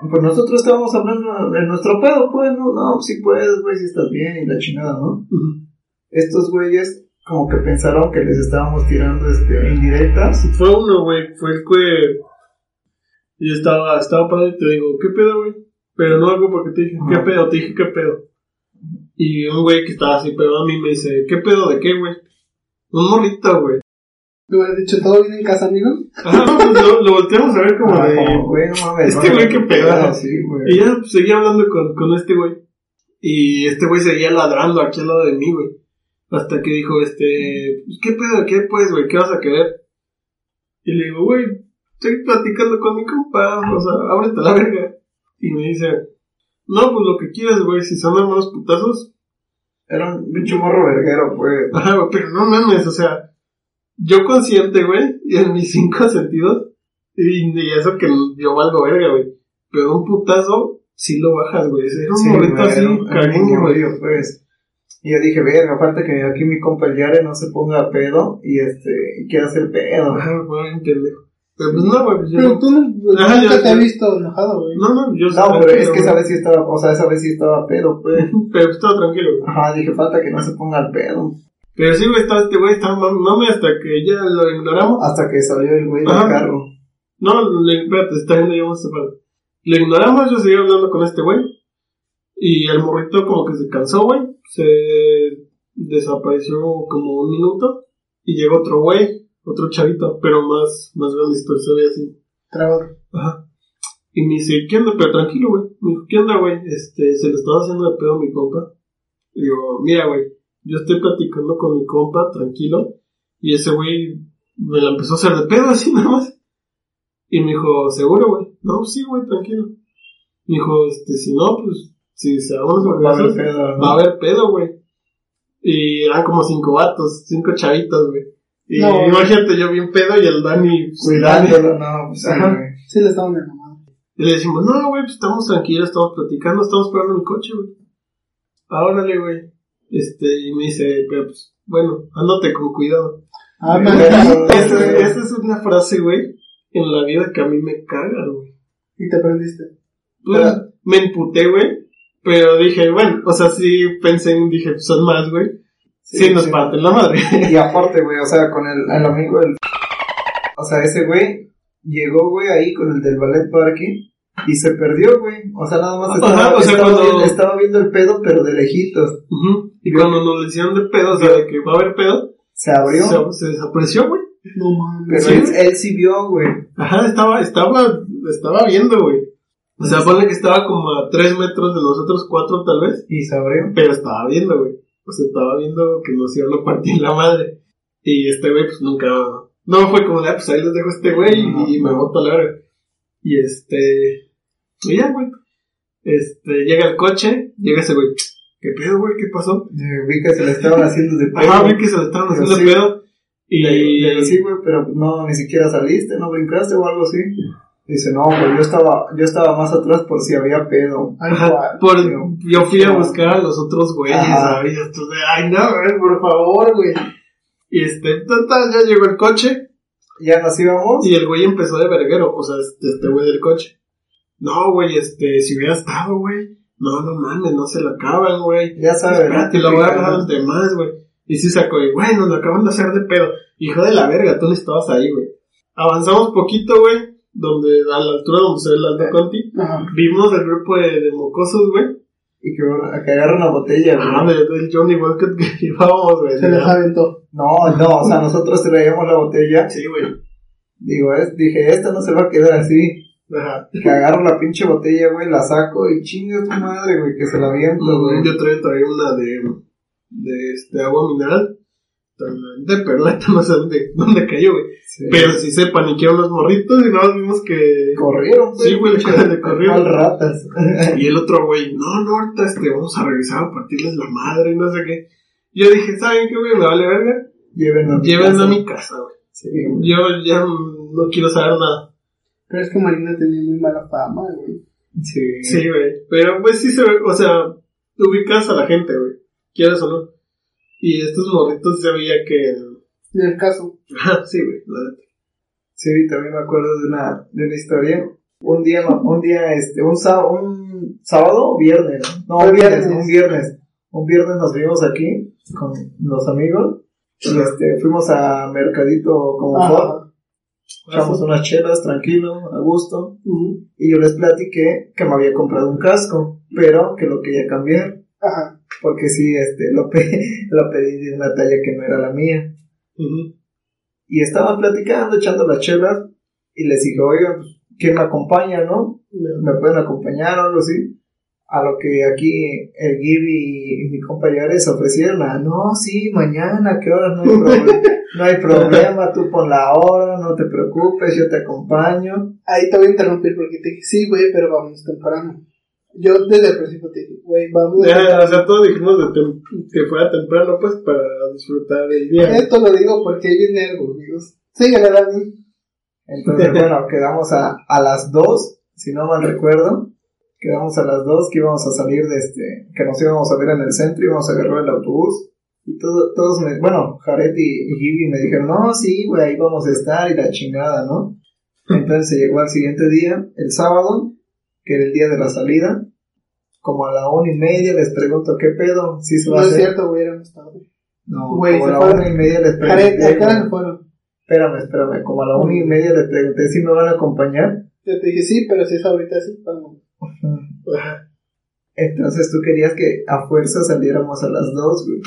Speaker 3: Pues nosotros estábamos hablando en nuestro pedo, pues, no, no, si puedes, güey, si estás bien y la chingada, ¿no?
Speaker 2: Ujú.
Speaker 3: Estos güeyes, como que pensaron que les estábamos tirando este, indirectas.
Speaker 2: Fue uno, güey. Fue el que. Yo estaba, estaba parado y te digo, ¿qué pedo, güey? Pero no algo porque te dije, ¿qué
Speaker 3: Ajá.
Speaker 2: pedo? Te dije, ¿qué pedo? Y un güey que estaba así, pero a mí me dice, ¿qué pedo de qué, güey? Un morrito, güey.
Speaker 1: Le hubieras dicho, ¿todo bien en casa, amigo?
Speaker 2: Ajá, pues lo, lo volteamos a ver como
Speaker 3: Ah,
Speaker 2: de.
Speaker 3: como, güey, no mames.
Speaker 2: Este
Speaker 3: no,
Speaker 2: güey, qué pedo.
Speaker 3: ah, Sí, güey.
Speaker 2: Y ya pues, seguía hablando con, con este güey. Y este güey seguía ladrando aquí al lado de mí, güey. Hasta que dijo, este, pues, ¿qué pedo? ¿Qué pues, güey? ¿Qué vas a querer? Y le digo, güey, estoy platicando con mi compa, o sea, ábrete la verga. Y me dice, no, pues lo que quieras, güey, si son hermanos putazos.
Speaker 3: Era un pinche morro verguero, pues.
Speaker 2: Ajá, güey, pero no mames, o sea, yo consciente, güey, y en mis cinco sentidos, y, y eso que yo valgo verga, güey. Pero un putazo, sí lo bajas, güey. Era un
Speaker 3: Sí,
Speaker 2: momento
Speaker 3: güey,
Speaker 2: así,
Speaker 3: era un- era un
Speaker 2: cariño, güey.
Speaker 3: morrillo, pues. Y yo dije, verga, aparte que aquí mi compa el Yare no se ponga a pedo y este, y quiera hacer pedo.
Speaker 2: Ajá, güey, un pendejo. Pero pues no, güey, pues yo
Speaker 1: Pero
Speaker 2: no.
Speaker 1: tú no-
Speaker 2: Ajá, yo-
Speaker 1: nunca te he
Speaker 2: yo-
Speaker 1: visto enojado, güey.
Speaker 2: No, no, yo
Speaker 3: No, pero es que esa
Speaker 2: sabes.
Speaker 3: vez sí estaba, o sea, esa vez sí estaba pedo, pues.
Speaker 2: Pero estaba tranquilo, güey.
Speaker 3: Ajá, dije, falta que no se ponga al pedo.
Speaker 2: Pero sí, güey, estaba este güey, estaba mam- mame hasta que ya lo ignoramos.
Speaker 3: Hasta que salió el güey del
Speaker 2: Ajá.
Speaker 3: carro.
Speaker 2: No, le, espérate, está viendo ya vamos a separar. Lo ignoramos, yo seguí hablando con este güey. Y el morrito como que se cansó, güey. Se desapareció como un minuto. Y llegó otro güey, otro chavito, pero más, más grande, pero se veía así.
Speaker 1: Trabador.
Speaker 2: Ajá. Y me dice, ¿qué onda? Pero tranquilo, güey. Me dijo, ¿qué onda, güey? Este, se le estaba haciendo de pedo a mi compa. Y digo, mira, güey, yo estoy platicando con mi compa, tranquilo. Y ese güey me la empezó a hacer de pedo así nada más. Y me dijo, ¿seguro, güey? No, sí, güey, tranquilo. Me dijo, este, si no, pues, si se vamos a
Speaker 3: Va a haber pedo,
Speaker 2: va a
Speaker 3: ¿no?
Speaker 2: haber pedo, güey. Y eran como cinco vatos, cinco chavitos, güey. Y
Speaker 1: No, güey.
Speaker 2: imagínate, yo bien pedo y el Dani pues,
Speaker 3: Cuidándolo, no, pues sí,
Speaker 2: Ajá.
Speaker 3: güey.
Speaker 1: Sí, le estaban de mamada.
Speaker 2: y le decimos, no, güey, pues estamos tranquilos, estamos platicando, estamos esperando el coche, güey. Ah, órale, güey. Este, y me dice, pero pues, bueno, ándate con cuidado.
Speaker 1: Ah,
Speaker 3: Güey,
Speaker 1: pero.
Speaker 3: güey.
Speaker 2: Esa, esa es una frase, güey, en la vida que a mí me caga, güey.
Speaker 1: Y te prendiste.
Speaker 2: Pues,
Speaker 3: Pero-
Speaker 2: me emputé, güey, pero dije, bueno, o sea, sí pensé, en- dije, pues, son más, güey. Sí,
Speaker 3: Sí,
Speaker 2: nos
Speaker 3: sí.
Speaker 2: parten la madre.
Speaker 3: Y aparte, güey, o sea, con el, el amigo del... O sea, ese güey llegó, güey, ahí con el del ballet parking y se perdió, güey. O sea, nada más
Speaker 2: Ajá,
Speaker 3: estaba,
Speaker 2: Ah, o sea,
Speaker 3: estaba
Speaker 2: cuando-
Speaker 3: viendo, estaba viendo el pedo, pero de lejitos.
Speaker 2: Ujú. Y cuando nos le hicieron de pedo, o sea, de que va a haber pedo,
Speaker 3: Se abrió,
Speaker 2: se, se desapareció, güey.
Speaker 1: No mames.
Speaker 3: pero
Speaker 2: ¿sí?
Speaker 3: él, él sí vio, güey.
Speaker 2: Ajá, estaba, estaba, estaba viendo, güey. O sea, ponle que estaba como a tres metros de nosotros, cuatro tal vez,
Speaker 3: Y se abrió.
Speaker 2: pero estaba viendo, güey. O sea, estaba viendo que nos iban a partir la madre. Y este güey, pues nunca, no fue como de, ah, pues ahí les dejo a este güey y- y me boto a la verga. Y este, y ya, güey. Este, llega el coche, llega ese güey, ¿qué pedo, güey? ¿Qué pasó?
Speaker 3: Eh, Vi que se le estaban haciendo de pedo.
Speaker 2: Ajá, vi que se le estaban haciendo
Speaker 3: Sí.
Speaker 2: pedo. Y,
Speaker 3: Le- le digo, sí, güey, pero no, ni siquiera saliste, no brincaste o algo así. Dice, no, güey, yo estaba, yo estaba más atrás por si había pedo.
Speaker 1: Ay,
Speaker 2: Ajá,
Speaker 1: guau.
Speaker 2: por,
Speaker 3: Pero-
Speaker 2: yo fui a buscar a los otros güeyes,
Speaker 3: Ajá.
Speaker 2: ¿sabes? Entonces, ay, no, güey, por favor, güey. Y este, ta, ta, ya llegó el coche
Speaker 3: Ya nos íbamos.
Speaker 2: y el güey empezó de verguero, o sea, este, este güey del coche. No, güey, este, si hubiera estado, güey, no, no mames, no se lo acaban, güey.
Speaker 3: Ya sabes,
Speaker 2: Espérate, lo voy a dejar a los demás, güey. Y sí sacó, y bueno, lo acaban de hacer de pedo. Hijo de la verga, tú no estabas ahí, güey. Avanzamos poquito, güey, donde, a la altura donde se ve el Aldo Conti.
Speaker 1: Ajá.
Speaker 2: Vimos el grupo de, de mocosos, güey.
Speaker 3: Y que, que agarra una botella, güey.
Speaker 2: Ah, de- del Johnny Walker que llevábamos, güey.
Speaker 1: Se les aventó.
Speaker 3: No, no, o sea, nosotros traíamos la botella.
Speaker 2: Sí, güey.
Speaker 3: Digo, es, dije, esta no se va a quedar así.
Speaker 2: Ajá.
Speaker 3: Que agarro la pinche botella, güey, la saco y chinga su madre, güey, que se la aviento, güey.
Speaker 2: Yo traía, traía una de, de este, agua mineral. De perleta, no sé dónde, dónde cayó, güey.
Speaker 3: Sí.
Speaker 2: Pero sí se paniquearon los morritos y nada más vimos que...
Speaker 3: Corrieron,
Speaker 2: Sí, güey, le
Speaker 3: Tal
Speaker 2: corrieron.
Speaker 3: cual ratas.
Speaker 2: Y el otro güey, no, no, ahorita este, vamos a regresar a partirles la madre, no sé qué. Yo dije, ¿saben qué, güey? Me vale verga.
Speaker 3: Llévenlo a mi
Speaker 2: Llévenlo
Speaker 3: casa.
Speaker 2: a mi casa, güey.
Speaker 3: Sí,
Speaker 2: Yo ya no quiero saber nada.
Speaker 1: Pero es que Marina tenía muy mala fama, güey.
Speaker 3: sí.
Speaker 2: Sí, güey. Pero pues sí se ve, o sea, ubicas a la gente, güey. Quieras o no. Y estos morritos se veía que...
Speaker 1: En el caso,
Speaker 2: Ah, sí, güey. la neta.
Speaker 3: Sí, también me acuerdo de una, de una historia. Un día, no, un día, este, un, sá- un sábado o viernes, no, un viernes, un viernes. Un viernes nos vimos aquí con los amigos y este, fuimos a Mercadito como
Speaker 1: Ajá.
Speaker 3: Ford. Echamos unas chelas, tranquilo, a gusto.
Speaker 1: ujú,
Speaker 3: Y yo les platiqué que me había comprado un casco, pero que lo quería cambiar.
Speaker 1: ajá,
Speaker 3: Porque sí, este, lo, pe- lo pedí de una talla que no era la mía.
Speaker 2: Ujú.
Speaker 3: y estaban platicando, echando las chelas, y les dije, oigan, pues, ¿quién me acompaña, no? ¿Me pueden acompañar o algo así? A lo que aquí el Gibby y mi compañero se ofrecieron, a, no, sí, mañana, ¿qué hora? No hay, problema, no hay problema, tú pon la hora, no te preocupes, yo te acompaño.
Speaker 1: Ahí te voy a interrumpir porque te dije, sí, güey, pero vamos temprano. Yo desde el principio te dije, güey, vamos
Speaker 2: Ya, Eh, o sea, todos dijimos de tem- que fuera temprano, pues, para disfrutar el día.
Speaker 1: Esto lo digo porque hay viene algo, amigos. Síguele, Dani.
Speaker 3: Entonces, bueno, quedamos a, a las 2, si no mal recuerdo, quedamos a las 2 que íbamos a salir de este, que nos íbamos a ver en el centro, íbamos a agarrar el autobús. Y todo- todos me, bueno, Jared y, y Gibby me dijeron, no, sí, güey, ahí vamos a estar y la chingada, ¿no? Entonces se llegó al siguiente día, el sábado, que era el día de la salida. Como a la una y media les pregunto, ¿qué pedo? ¿Sí se va
Speaker 1: No
Speaker 3: a
Speaker 1: es
Speaker 3: hacer?
Speaker 1: cierto, güey, éramos tarde.
Speaker 3: No,
Speaker 1: Güey,
Speaker 3: como
Speaker 1: se
Speaker 3: a la
Speaker 1: fueron.
Speaker 3: una y media les pregunté.
Speaker 1: Jared, ¿a qué hora se
Speaker 3: güey.
Speaker 1: fueron?
Speaker 3: Espérame, espérame, como a la una y media les pregunté si me van a acompañar.
Speaker 1: Yo te dije, sí, pero si es ahorita, sí, vamos.
Speaker 2: Ajá.
Speaker 3: Entonces tú querías que a fuerza saliéramos a las dos, güey.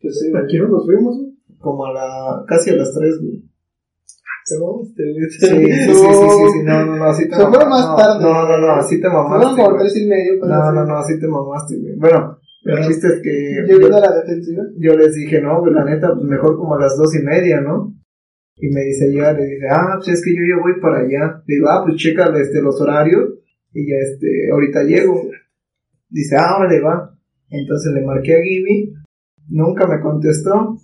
Speaker 1: Pues sí,
Speaker 2: ¿A
Speaker 1: güey.
Speaker 2: qué hora nos fuimos, güey?
Speaker 3: Como a la, casi a las tres, güey.
Speaker 2: Te vamos, te voy a-
Speaker 3: Sí, sí, sí, sí, sí, sí, no, no, no, así te
Speaker 1: Se fueron
Speaker 3: mamaste,
Speaker 1: más
Speaker 3: no,
Speaker 1: tarde.
Speaker 3: No, no, no, así te
Speaker 1: Fueron
Speaker 3: mamaste.
Speaker 1: como
Speaker 3: güey.
Speaker 1: tres y medio, pues,
Speaker 3: No,
Speaker 1: así.
Speaker 3: no, no, así te mamaste, güey. Bueno, el
Speaker 2: Ajá.
Speaker 3: chiste es que
Speaker 1: Yo viendo
Speaker 3: yo,
Speaker 1: la defensiva.
Speaker 3: yo les dije, no, güey, la neta, pues mejor como a las dos y media, ¿no? Y me dice ya, le dice, ah, pues es que yo ya voy para allá. Le digo, ah, pues checa este, los horarios y ya este, ahorita llego. Dice, ah, vale, va. Entonces le marqué a Gibby, nunca me contestó,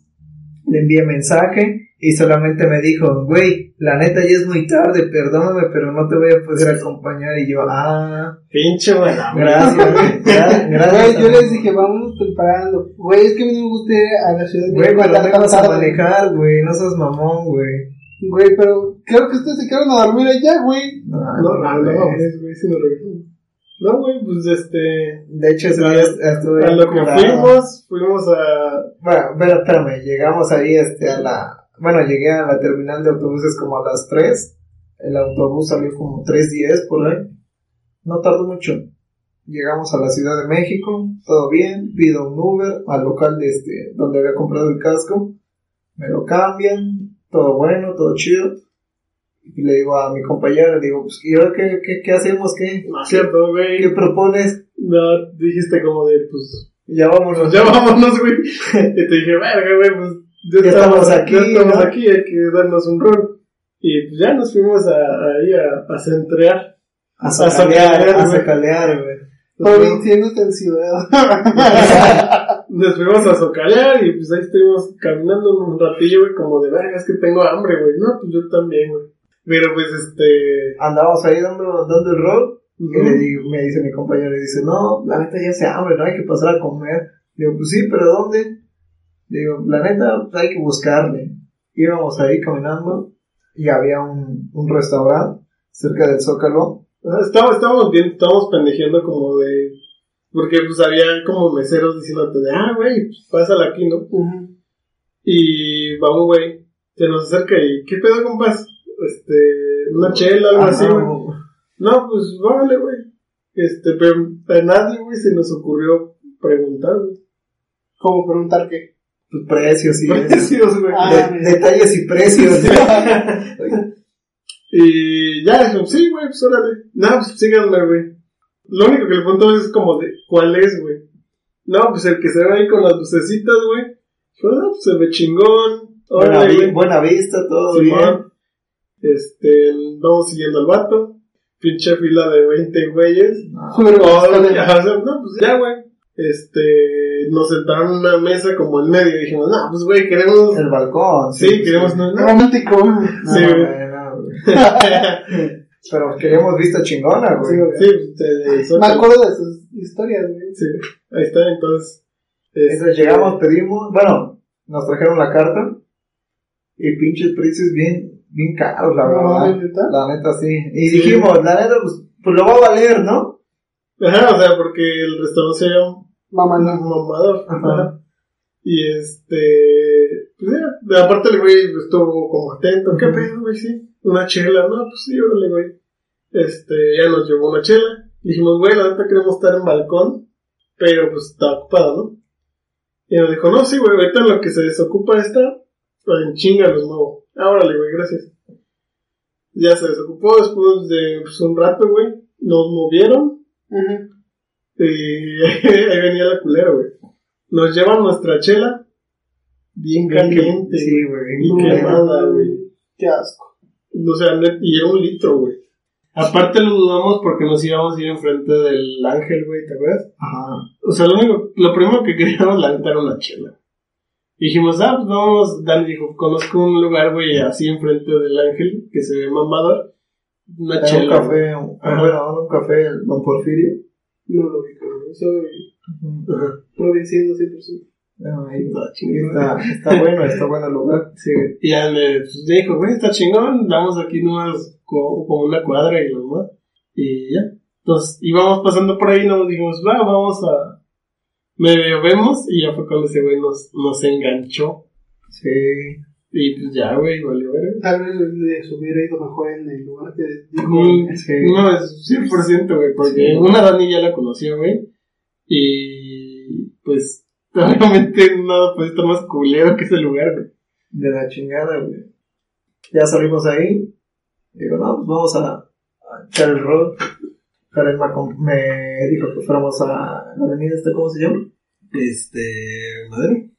Speaker 3: le envié mensaje y solamente me dijo, güey, la neta ya es muy tarde, perdóname, pero no te voy a poder acompañar. Y yo, ah,
Speaker 2: Pinche, güey. la
Speaker 3: gracias, güey, gra- gracias.
Speaker 1: Güey, yo les dije, vamos temprano. Güey, es que a mí no me gusta ir a la ciudad de
Speaker 3: Güey,
Speaker 1: México
Speaker 3: pero no
Speaker 1: tan
Speaker 3: ibas a
Speaker 1: tarde.
Speaker 3: manejar, güey, no seas mamón, güey.
Speaker 1: Güey, pero creo que ustedes se quedaron a dormir allá, güey.
Speaker 3: No,
Speaker 2: Ah, No, no,
Speaker 3: mames.
Speaker 2: no, es, güey, si nos regresamos. No, güey, pues este.
Speaker 3: De hecho, ese
Speaker 2: A-
Speaker 3: día estuve
Speaker 2: A lo que
Speaker 3: curado.
Speaker 2: fuimos, fuimos a.
Speaker 3: Bueno, pero espérame, llegamos ahí este, a la... Bueno, llegué a la terminal de autobuses como a las 3. El autobús salió como 3.10 por ahí. No tardó mucho. Llegamos a la Ciudad de México, todo bien. Pido un Uber al local de este, donde había comprado el casco. Me lo cambian, todo bueno, todo chido. Y le digo a mi compañera, le digo, pues, ¿y ahora qué, qué, qué hacemos? ¿Qué,
Speaker 2: No es cierto, güey.
Speaker 3: qué propones?
Speaker 2: No, dijiste como de, pues.
Speaker 3: Ya vámonos.
Speaker 2: Pues ya vámonos, güey. Y te dije, verga, güey, pues. Ya,
Speaker 3: Ya estamos aquí,
Speaker 2: Ya estamos
Speaker 3: ¿no?
Speaker 2: aquí, hay que darnos un rol. Y pues ya nos fuimos a, ahí a, a centrear.
Speaker 3: A
Speaker 2: A
Speaker 3: sacalear,
Speaker 2: sacalear,
Speaker 3: a
Speaker 2: güey.
Speaker 3: sacalear, güey.
Speaker 1: Provincianos en ciudad.
Speaker 2: Nos fuimos a socalear y pues ahí estuvimos caminando un ratillo, güey, como de, verga, es que tengo hambre, güey. No, pues yo también, güey. Pero pues este.
Speaker 3: andábamos ahí dando, dando el rol. Y le
Speaker 2: ujú.
Speaker 3: digo- me dice mi compañero, le dice, no, la neta ya se hambre, no hay que pasar a comer. Digo, pues sí, pero ¿dónde? Digo, la neta pues, hay que buscarle. Íbamos ahí caminando y había un, un restaurante cerca del Zócalo.
Speaker 2: Ah, Estábamos, estábamos bien, estábamos pendejeando como de. Porque pues había como meseros diciéndote de, ah, güey, pues pásala aquí, ¿no? Y va un güey, se nos acerca y, ¿qué pedo, compás? Este, una chela, algo
Speaker 3: Ah,
Speaker 2: así, güey.
Speaker 3: no.
Speaker 2: No, pues vale, güey. Este, pero a nadie, güey, se nos ocurrió preguntar, güey.
Speaker 1: Como preguntar qué.
Speaker 3: Pues precios y eso.
Speaker 2: Precios, güey.
Speaker 1: Ah,
Speaker 3: De-
Speaker 1: mira.
Speaker 3: detalles y precios.
Speaker 2: Y ya, eso, sí, güey, pues órale. No, pues síganme, güey. Lo único que le pregunto es como de, ¿cuál es, güey? No, pues el que se ve ahí con las lucecitas, güey. Pues, ah, pues se ve chingón.
Speaker 3: buena,
Speaker 2: Órale,
Speaker 3: vi-
Speaker 2: güey.
Speaker 3: buena vista, todo bien.
Speaker 2: Simón. Este, vamos siguiendo al vato. Pinche fila de 20 güeyes.
Speaker 1: Pero,
Speaker 2: Todos,
Speaker 1: escalera.
Speaker 2: ya, o sea, no, pues ya, güey. Este, nos sentaron en una mesa como en medio. Y dijimos, no, pues güey, queremos.
Speaker 3: El balcón.
Speaker 2: Sí, queremos. No, no.
Speaker 1: Romántico.
Speaker 3: No,
Speaker 2: sí, güey.
Speaker 3: bueno, güey. Pero queremos vista chingona, güey.
Speaker 1: Sí, güey.
Speaker 2: Sí, pues, te- te-
Speaker 1: Me acuerdo de sus historias, güey.
Speaker 2: Sí, ahí está, entonces. este,
Speaker 3: Entonces llegamos, pedimos, bueno, nos trajeron la carta y pinches precios bien, bien caros, la
Speaker 1: No,
Speaker 3: verdad.
Speaker 1: ¿neta?
Speaker 3: La neta sí. Y
Speaker 2: Sí.
Speaker 3: dijimos, la neta, pues, pues lo va a valer, ¿no?
Speaker 2: Ajá, o sea, porque el restaurante se llama
Speaker 1: Mamá, no.
Speaker 2: Mamador.
Speaker 3: Ajá.
Speaker 2: Y este. Pues ya, aparte el güey estuvo como atento. ¿Qué
Speaker 3: Ujú.
Speaker 2: pedo, güey? Sí, una chela. No, pues sí, órale, güey. Este, ya nos llevó una chela. Dijimos, güey, la neta queremos estar en balcón, pero pues está ocupado, ¿no? Y nos dijo, no, sí, güey, ahorita en lo que se desocupa esta, pues, en chinga los muevo. Ah, órale, güey, gracias. Ya se desocupó después de pues, un rato, güey. Nos movieron
Speaker 1: Ajá.
Speaker 2: y ahí venía la culera, güey. Nos llevan nuestra chela bien caliente.
Speaker 3: Sí, güey.
Speaker 2: Y
Speaker 3: bien
Speaker 2: quemada,
Speaker 3: culero.
Speaker 2: güey.
Speaker 1: Qué asco.
Speaker 2: O sea, net- y era un litro, güey. Aparte lo dudamos porque nos íbamos a ir enfrente del ángel, güey, ¿te acuerdas?
Speaker 3: Ajá.
Speaker 2: O sea, lo, único, lo primero que queríamos la neta era una chela. Y dijimos, ah, pues vamos, Dan dijo, conozco un lugar, güey, así enfrente del ángel, que se ve mamador. Una
Speaker 3: Era un
Speaker 2: chela. güey.
Speaker 3: café, un,
Speaker 2: Ajá.
Speaker 3: bueno, un café, el Don Porfirio.
Speaker 1: No lo vi, cabrón. Soy
Speaker 2: Ajá.
Speaker 1: provinciano 100%.
Speaker 3: Bueno, ahí
Speaker 2: No, chingada.
Speaker 3: Está, está bueno, está bueno el lugar.
Speaker 2: Sí, güey. y ya le pues, le dijo, güey, está chingón, damos aquí nomás co- como una cuadra y lo demás. Y ya. Entonces íbamos pasando por ahí y nos dijimos, va, vamos a. Medio vemos y ya fue cuando ese güey nos, nos enganchó.
Speaker 3: Sí.
Speaker 2: Y pues ya, güey, valió ver.
Speaker 1: Tal vez les hubiera ido mejor en el lugar que dijo.
Speaker 2: Un,
Speaker 3: Sí.
Speaker 2: No, es 100%, güey, porque una Dani ya la conocía, güey. Y pues, realmente nada puede estar más culero que ese lugar, güey.
Speaker 3: De la chingada, güey. Ya salimos ahí. Digo, no, pues vamos a, a echar el rol. Pero él me, acom- me dijo que fuéramos a la avenida, esta, ¿cómo se llama?
Speaker 2: Este, madre.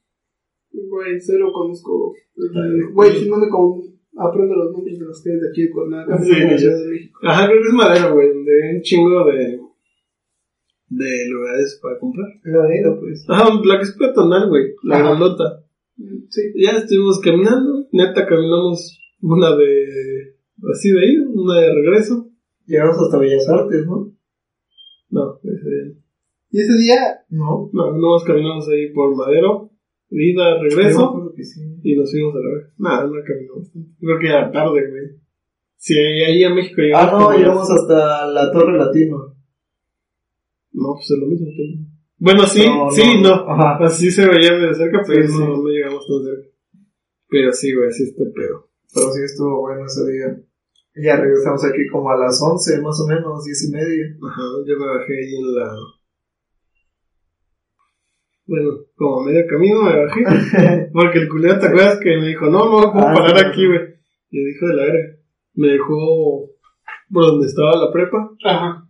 Speaker 1: Güey, cero conozco.
Speaker 2: bien.
Speaker 1: Güey, si no me con... aprendo los nombres de las calles de aquí de Cuernavaca,
Speaker 2: Sí,
Speaker 1: de la
Speaker 2: sí.
Speaker 1: Ciudad de México.
Speaker 2: Ajá, creo que es madera, güey, donde hay un chingo de, de lugares para comprar.
Speaker 3: La avenida, pues.
Speaker 2: Ah, la que es peatonal, güey, la
Speaker 1: Ajá.
Speaker 2: grandota.
Speaker 1: Sí.
Speaker 2: Ya estuvimos caminando, neta caminamos una de así de ida, una de regreso.
Speaker 3: Llegamos hasta Bellas Artes, ¿no?
Speaker 2: No, ese-
Speaker 1: Y ese día,
Speaker 3: No.
Speaker 2: no, nomás caminamos ahí por madero, de ida,
Speaker 3: Yo me
Speaker 2: regreso,
Speaker 3: acuerdo que sí.
Speaker 2: y nos fuimos a la vez. Nada, no caminamos. Creo que era tarde, güey. Si ahí a México
Speaker 3: Ah,
Speaker 2: llegamos.
Speaker 3: no,
Speaker 2: como a
Speaker 3: llegamos hasta la Torre Latino.
Speaker 2: No, pues es lo mismo. que- Bueno, sí,
Speaker 3: No,
Speaker 2: sí,
Speaker 3: no.
Speaker 2: no.
Speaker 3: Ajá.
Speaker 2: Así se veía medio cerca, pero
Speaker 3: Sí,
Speaker 2: no,
Speaker 3: sí.
Speaker 2: no llegamos tan cerca. Pero sí, güey, así está el pedo.
Speaker 3: Pero sí estuvo bueno ese día. Y Ya regresamos aquí como a las 11, más o menos, 10 y media.
Speaker 2: Ajá, yo me bajé ahí en la. Bueno, como a medio camino me bajé. porque el culero, ¿te acuerdas que me dijo, no, no, puedo
Speaker 3: Ah,
Speaker 2: parar
Speaker 3: sí.
Speaker 2: aquí, güey? Y dijo de la verga. Me dejó por donde estaba la prepa.
Speaker 1: ajá.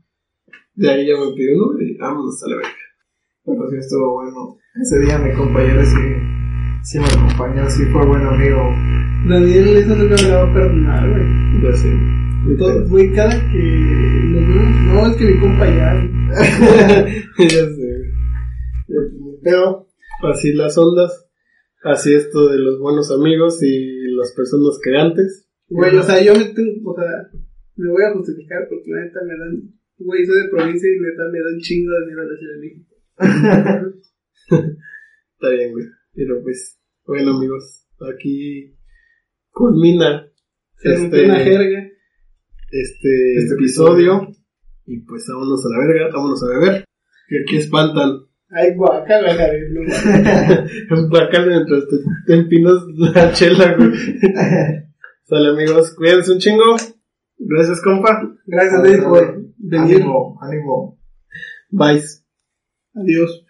Speaker 2: De ahí ya me pidió uno y vámonos a la verga.
Speaker 3: Pero sí estuvo bueno. Ese día mi compañero sí, sí me acompañó, sí fue buen amigo.
Speaker 1: Daniel, eso no me lo va a perdonar, güey.
Speaker 2: Ya sé.
Speaker 1: Todo, güey, cada que nos vemos, no, es que mi compa ya. güey.
Speaker 2: ya sé, güey. Ya, Pero así las ondas, así esto de los buenos amigos y las personas que antes.
Speaker 1: Güey, o sea, yo me tengo, o sea, me voy a justificar porque la neta me dan, güey, soy de provincia y neta me dan chingo de miedo a la Ciudad de México.
Speaker 2: Está bien, güey. Pero pues, bueno amigos, aquí culmina
Speaker 1: Se rompió una jerga.
Speaker 2: este,
Speaker 3: Este
Speaker 2: episodio. Y pues vámonos a la verga, vámonos a beber. que aquí espantan.
Speaker 1: Ay, guacala, Jared, no mames.
Speaker 2: Bacala mientras te, te empinas la chela, güey. Sale, amigos, cuídense un chingo. Gracias, compa.
Speaker 3: Gracias, Dave, por venir. Ánimo, ánimo.
Speaker 2: Bye.
Speaker 1: Adiós.